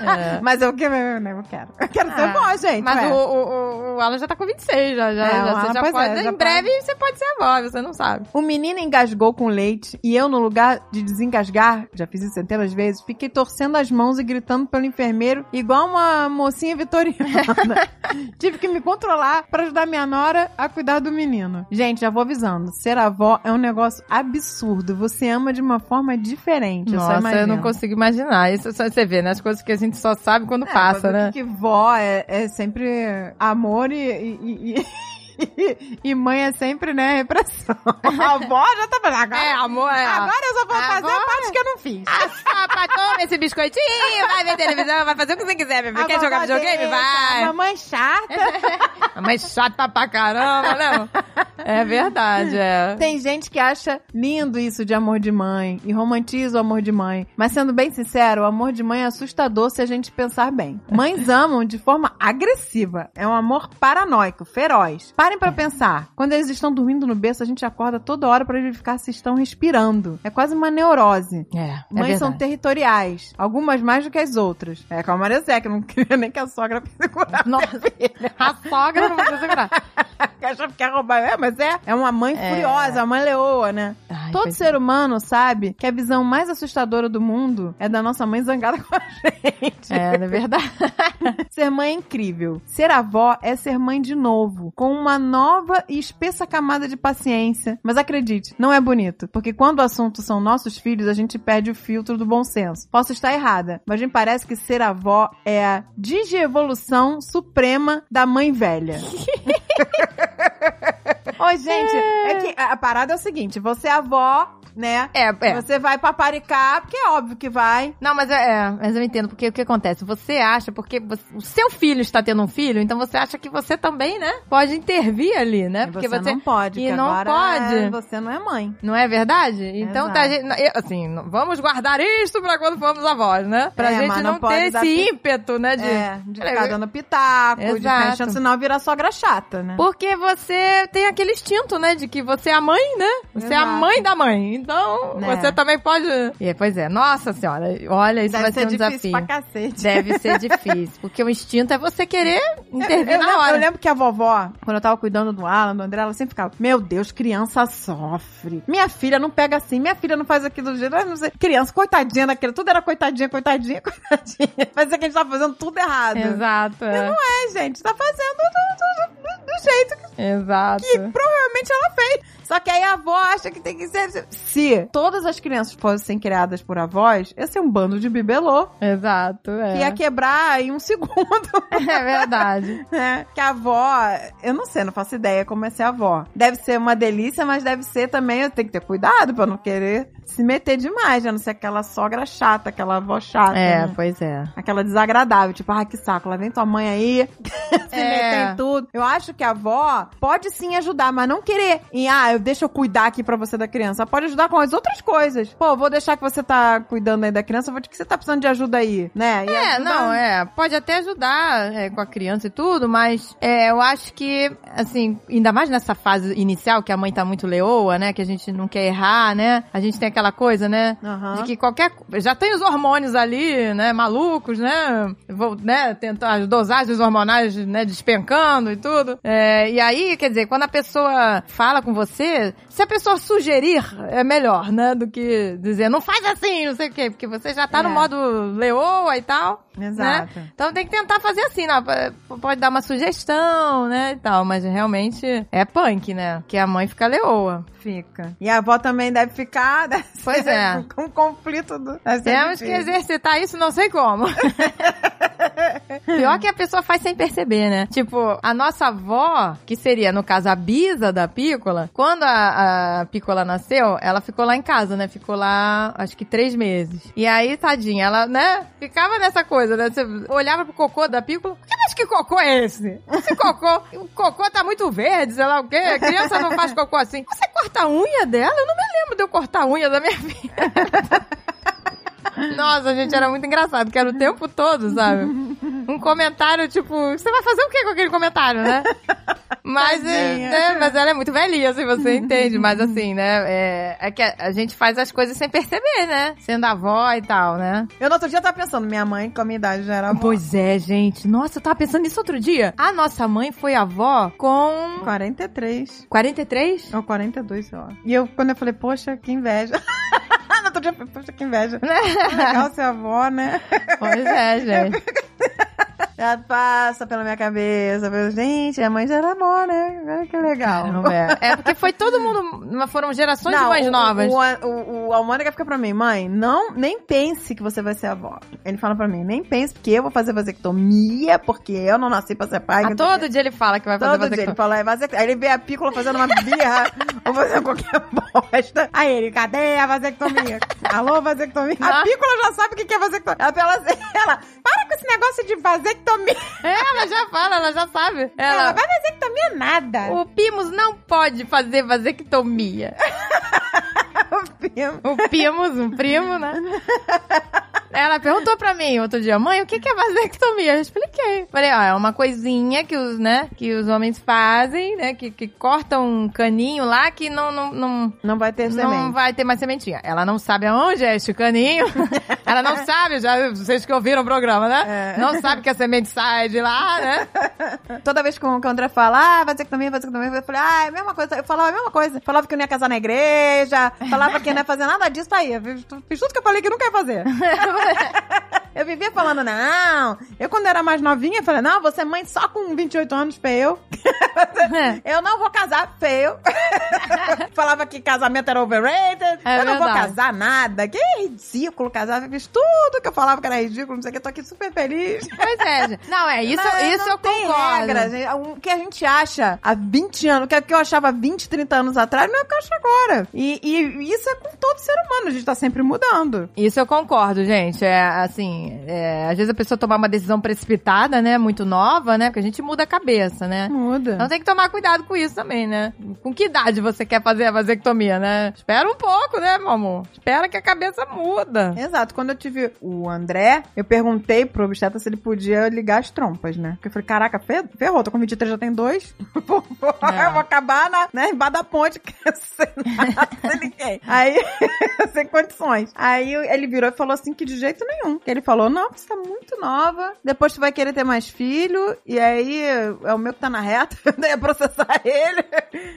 S2: É.
S1: Mas eu, que- eu, não quero. Eu quero ser
S2: Ah,
S1: vó, gente.
S2: Mas
S1: ué.
S2: o, o, o- o Alan já tá com 26, já. já,
S1: É,
S2: já,
S1: o
S2: você
S1: Alan,
S2: já tá.
S1: pois
S2: pode,
S1: é,
S2: em
S1: já
S2: breve você pode ser avó, você não sabe.
S1: O menino engasgou com leite e eu, no lugar de desengasgar, já fiz isso centenas de vezes, fiquei torcendo as mãos e gritando pelo enfermeiro, igual uma mocinha vitoriana. (laughs) Tive que me controlar pra ajudar minha nora a cuidar do menino. Gente, já vou avisando, ser avó é um negócio absurdo. Você ama de uma forma diferente. eu só
S2: Nossa, eu
S1: imagino.
S2: não consigo imaginar. Isso é só você vê, né? As coisas que a gente só sabe quando
S1: É,
S2: passa,
S1: mas o
S2: né?
S1: Que vó é, é sempre amor e. e- e- e- (laughs) e mãe é sempre, né, repressão. (laughs) A avó já tá falando, agora
S2: É, amor, é.
S1: Agora eu só vou
S2: Ah,
S1: fazer
S2: agora?
S1: a parte que eu não fiz.
S2: Ah, papa, toma esse biscoitinho, vai ver televisão, vai fazer o que você quiser, meu filho. Quer
S1: A
S2: jogar
S1: vovó
S2: videogame?
S1: dessa,
S2: Vai. então,
S1: a Mamãe é chata.
S2: Mas chata pra caramba, (laughs) não. É verdade, é.
S1: Tem gente que acha lindo isso de amor de mãe e romantiza o amor de mãe. Mas sendo bem sincero, o amor de mãe é assustador se a gente pensar bem. Mães amam de forma agressiva. É um amor paranoico, feroz. Parem pra pensar. Quando eles estão dormindo no berço, a gente acorda toda hora pra verificar se estão respirando. É quase uma neurose.
S2: É, é
S1: Mães são
S2: verdade.
S1: territoriais, algumas mais do que as outras. É com a Maria Zé, que não (laughs) queria nem que a sogra segurasse.
S2: Nossa, (laughs) a sogra não vai conseguir segurar.
S1: Porque achava que ia roubar. É, mas é. É uma mãe
S2: É.
S1: furiosa, uma leoa, né?
S2: Ai,
S1: Todo
S2: pois é.
S1: ser humano sabe que a visão mais assustadora do mundo é da nossa mãe zangada com a gente.
S2: É, é verdade.
S1: (laughs) Ser mãe é incrível. Ser avó é ser mãe de novo, com uma nova e espessa camada de paciência. Mas acredite, não é bonito, porque quando o assunto são nossos filhos, a gente perde o filtro do bom senso. Posso estar errada, mas me parece que ser avó é a digievolução suprema da
S2: (laughs)
S1: mãe velha. Oi, gente, é que a a parada é o seguinte, você é avó, né?
S2: É, é.
S1: Você vai paparicar, porque é óbvio que vai.
S2: Não, mas, é, é, mas eu entendo, porque o que acontece? Você acha, porque você- o seu filho está tendo um filho, então você acha que você também, né? Pode intervir ali, né?
S1: E
S2: Porque
S1: você, não pode,
S2: e
S1: porque
S2: não
S1: agora
S2: pode.
S1: é, você não é mãe.
S2: Não é verdade? Então, tá,
S1: Exato.
S2: gente- eu- assim, não- vamos guardar isto pra quando formos avós, né? Pra
S1: É,
S2: gente
S1: mas
S2: não,
S1: não pode
S2: ter
S1: dar
S2: esse
S1: pi-
S2: ímpeto, né? De,
S1: É, de
S2: Peraí,
S1: ficar
S2: eu-
S1: dando pitaco, de
S2: Exato.
S1: ficar enchendo, senão vira sogra chata, né?
S2: Porque você tem aquele instinto, né? De que você é a mãe, né? Você é a
S1: Exato.
S2: mãe da mãe. Então,
S1: Né.
S2: você também pode. E, pois é, nossa senhora, olha, isso
S1: Deve
S2: vai
S1: ser
S2: ser um
S1: difícil
S2: desafio. (laughs)
S1: pra cacete.
S2: Deve ser difícil. Porque o instinto é você querer intervir
S1: eu,
S2: na
S1: lembro,
S2: hora.
S1: eu lembro que a vovó, quando eu tava cuidando do Alan, do André, ela sempre ficava: Meu Deus, criança sofre. Minha filha não pega assim, minha filha não faz aquilo do jeito. eu Não sei. Criança, coitadinha daquilo, tudo era coitadinha, coitadinha, (laughs) coitadinha. Parece que a gente tá fazendo tudo errado.
S2: Exato. é.
S1: É, gente, tá fazendo do, do- do- do jeito que
S2: Exato.
S1: provavelmente ela fez. Só que aí a avó acha que tem que ser. Se todas as crianças fossem criadas por avós, ia ser um bando de bibelô
S2: Exato,
S1: que ia
S2: é.
S1: quebrar em um (laughs) segundo.
S2: (laughs) É
S1: (laughs)
S2: verdade.
S1: né? Que a avó, eu não sei, não faço ideia como é ser avó. Deve ser uma delícia, mas deve ser também, eu tenho que ter cuidado pra não querer se meter demais, né? Não ser aquela sogra chata, aquela avó chata.
S2: É,
S1: né?
S2: pois é.
S1: Aquela desagradável, tipo, ah, que saco, lá vem tua mãe aí, (laughs) se
S2: É.
S1: meter em tudo. Eu acho que a avó pode sim ajudar, mas não querer em, ah, eu deixa eu cuidar aqui pra você da criança. Ela Pode ajudar com as outras coisas. Pô, vou deixar que você tá cuidando aí da criança, eu vou te que você tá precisando de ajuda aí, né? E
S2: É,
S1: ajuda-
S2: não, é. Pode até ajudar é, com a criança e tudo, mas é, eu acho que, assim, ainda mais nessa fase inicial, que a mãe tá muito leoa, né? Que a gente não quer errar, né? A gente tem aquela coisa, né?
S1: Aham.
S2: De que qualquer. co- Já tem os hormônios ali, né? Malucos, né? Vou, né? Tentar as dosagens hormonais, né? Despencando e tudo. É, e aí, quer dizer, quando a pessoa fala com você, se a pessoa sugerir, é melhor, né? Do que dizer, não faz assim, não sei o quê, porque você já tá no
S1: É.
S2: modo leoa e tal.
S1: Exato.
S2: né? Então tem que tentar fazer assim, né? P- Pode dar uma sugestão, né? E tal, mas realmente é punk, né? Que a mãe fica leoa.
S1: Fica. E a avó também deve ficar. (laughs) deve
S2: Pois
S1: ser
S2: é.
S1: Com o conflito do. deve ser
S2: Temos que
S1: difícil.
S2: exercitar isso, não sei como. Pior que a pessoa faz sem perceber, né? Tipo, a nossa avó, que seria, no caso, a bisa da Pícola, quando a, a Pícola nasceu, ela ficou lá em casa, né? Ficou lá, acho que três meses. E aí, tadinha, ela, né? Ficava nessa coisa, né? Você olhava pro cocô da Pícola, que mais que cocô é esse? Esse cocô, o cocô tá muito verde, sei lá o quê. A criança não faz cocô assim. Você corta a unha dela? Eu não me lembro de eu cortar a unha da minha filha. Nossa, gente, era muito engraçado, que era o tempo todo, sabe? Um comentário, tipo, você vai fazer o que com aquele comentário, né? Mas, é,
S1: Tadinha.
S2: né, mas ela é muito velhinha, assim, você entende. Mas assim, né? É, é que a, a gente faz as coisas sem perceber, né? Sendo avó e tal, né?
S1: Eu no outro dia tava pensando, minha mãe, com a minha idade, já era avó.
S2: Pois é, gente. Nossa, eu tava pensando nisso outro dia. A nossa mãe foi avó com
S1: 43.
S2: 43?
S1: Ou 42, sei lá. E eu, quando eu falei, poxa, que inveja. (laughs) no outro dia eu falei, poxa, que inveja. (laughs) Legal ser avó, né?
S2: Pois é, gente.
S1: Já passa pela minha cabeça. eu falei, Gente, a mãe já era avó, né? Olha que legal. (laughs)
S2: É, é porque foi todo mundo. Foram gerações de mães
S1: o-
S2: novas.
S1: O, o, o Almônica fica pra mim, mãe, não, nem pense que você vai ser avó. Ele fala pra mim, nem pense, porque eu vou fazer vasectomia, porque eu não nasci pra ser
S2: Ah,
S1: pai. que não sei o
S2: todo dia ele fala que vai
S1: quê.
S2: fazer
S1: Todo dia
S2: vasectomia.
S1: ele fala, é vasectomia. Aí ele vê a pícola fazendo uma birra, (laughs) ou fazendo qualquer bosta. Aí ele, cadê a vasectomia? (laughs) Alô, vasectomia? A
S2: Ah.
S1: pícola já sabe o que que é vasectomia. Ela, fala assim, (laughs) ela, para com esse negócio de vasectomia.
S2: É, ela já fala, ela já sabe.
S1: Ela,
S2: Ela,
S1: vai vasectomia nada. (laughs)
S2: o Pimus não pode fazer vasectomia. O Pimus, um primo, né? Ela perguntou pra mim outro dia, mãe, o que que é vasectomia? Eu expliquei. Falei, ó, é uma coisinha que os, né, que os homens fazem, né, que, que cortam um caninho lá que não, não, não,
S1: Não vai ter
S2: não
S1: semente.
S2: vai ter mais sementinha. Ela não sabe aonde é este
S1: (laughs)
S2: caninho. Ela não sabe, já vocês que ouviram o programa, né?
S1: É.
S2: Não sabe que a semente sai de lá, né?
S1: Toda vez que o que o André fala, ah, vasectomia, vasectomia, eu falei, ah, é a mesma coisa. Eu falava a mesma coisa. Falava que eu não ia casar na igreja, falava que eu não ia fazer nada disso, tá aí. Eu fiz, fiz tudo que eu falei que eu nunca ia fazer. (laughs) eu vivia falando, não. Eu, quando era mais novinha, eu falei, não, você é mãe só com 28 anos, feio.
S2: né?
S1: (laughs) Eu não vou casar, feio. (laughs) falava que casamento era overrated.
S2: É
S1: eu não vou
S2: verdade.
S1: casar nada. Que ridículo casar. Eu fiz tudo que eu falava que era ridículo, não sei o que. Eu tô aqui super feliz.
S2: Pois é, gente. Não, é, isso,
S1: Não,
S2: isso
S1: não
S2: eu
S1: tem
S2: concordo.
S1: regra, gente. O que a gente acha há 20 anos, que é o que eu achava há 20, 30 anos atrás, não é o que eu acho agora. E, e isso é com todo ser humano, a gente tá sempre mudando.
S2: Isso eu concordo, gente. É assim, é, às vezes a pessoa tomar uma decisão precipitada, né? Muito nova, né? Porque a gente muda a cabeça, né? Então
S1: Muda.
S2: tem que tomar cuidado com isso também, né? Com que idade você quer fazer a vasectomia, né? Espera um pouco, né, meu amor? Espera que a cabeça muda.
S1: Exato, quando eu tive o André, eu perguntei pro obstetra se ele podia ligar as trompas, né? Porque eu falei, caraca, fer- ferrou, tô com 23, já tem dois. (laughs) Vou- vou-
S2: É.
S1: Eu vou acabar na, né, embaixo da ponte, (laughs) que eu sei nada, sem ninguém. Aí, (laughs) sem condições. Aí ele virou e falou assim que de jeito nenhum. Que ele falou, não, você tá muito nova, depois tu vai querer ter mais filho, e aí é o meu que tá na reta, (laughs) eu não ia processar ele.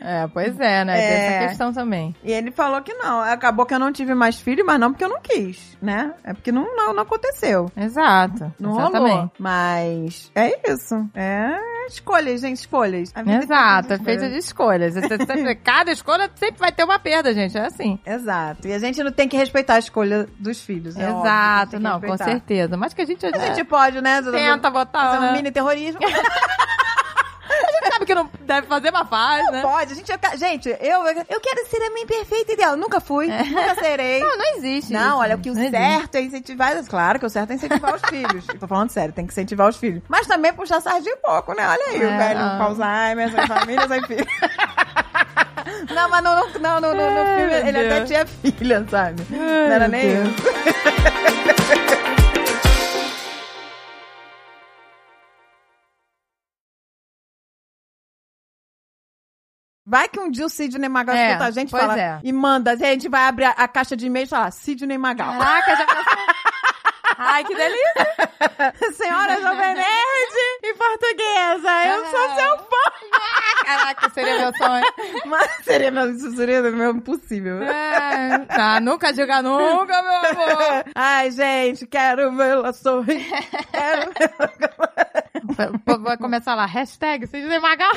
S2: É, pois é, né? Tem
S1: É.
S2: essa questão também.
S1: E ele falou que não. Acabou que eu não tive mais filho, mas não porque eu não quis, né? É porque não, não, não aconteceu.
S2: Exato.
S1: Não
S2: exatamente.
S1: rolou. Mas é isso. É escolhas, gente, escolhas. A vida
S2: Exato, é
S1: escolhas.
S2: feita de escolhas. Você sempre- (laughs) Cada escolha sempre vai ter uma perda, gente. É assim.
S1: Exato. E a gente não tem que respeitar a escolha dos filhos, né? Óbvio, a gente
S2: Exato,
S1: tem que
S2: não, com
S1: respeitar.
S2: certeza. Mas que a gente,
S1: A gente pode, né? Dudu?
S2: tenta botar.
S1: Fazer um
S2: Né? (laughs)
S1: mini terrorismo.
S2: Sabe que não deve fazer, mas faz, né?
S1: Pode. A gente, é- gente, eu, eu quero ser a minha perfeita ideal. Nunca fui,
S2: É.
S1: nunca
S2: (laughs)
S1: serei.
S2: Não, não existe.
S1: Não,
S2: isso.
S1: olha, o que o
S2: Não existe.
S1: certo é incentivar. Claro que o certo é incentivar os filhos. Eu tô falando sério, tem que incentivar os filhos. Mas também puxar sardinha um pouco, né? Olha aí, o
S2: É,
S1: velho
S2: não.
S1: com Alzheimer, sem família, sem filho. (laughs) Não, mas no, no, não, no, no- no
S2: Ai,
S1: filme
S2: meu
S1: ele até
S2: Deus.
S1: tinha filha, sabe? não era
S2: meu
S1: nem
S2: Deus.
S1: isso. Vai que um dia o Sidney Magal
S2: É,
S1: escuta a gente e
S2: pois
S1: fala,
S2: é.
S1: e manda, a gente vai abrir a, a caixa de e-mail e falar, Sidney Magal.
S2: Caraca, já pensou? Ai, que delícia!
S1: (laughs) Senhora Jovem Nerd e portuguesa, eu sou seu
S2: Caraca, seria meu sonho.
S1: fã. (laughs) Mas seria meu, isso seria meu
S2: (laughs)
S1: impossível.
S2: É, tá, nunca diga nunca, meu amor.
S1: Ai, gente, quero vê-la sorrir. Quero vê-la...
S2: O povo vai começar lá, hashtag Sidney Magal.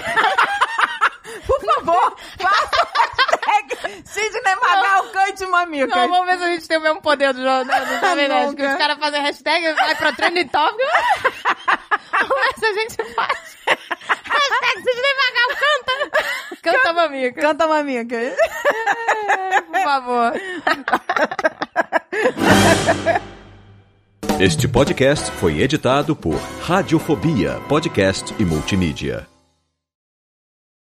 S1: Por
S2: (laughs)
S1: favor, faça (laughs) hashtag Sidney Magal cante mamicas.
S2: Não, vamos ver se a gente tem o mesmo poder do Jornal (laughs) do Jovem Nerd. Que
S1: Nunca.
S2: os caras fazem hashtag, vai pra trending topic. Vamos ver se a gente faz. Hashtag Sidney Magal, canta. Canta, mamica.
S1: Canta mamicas.
S2: Por favor.
S6: Este podcast foi editado por Radiofobia, podcast e multimídia.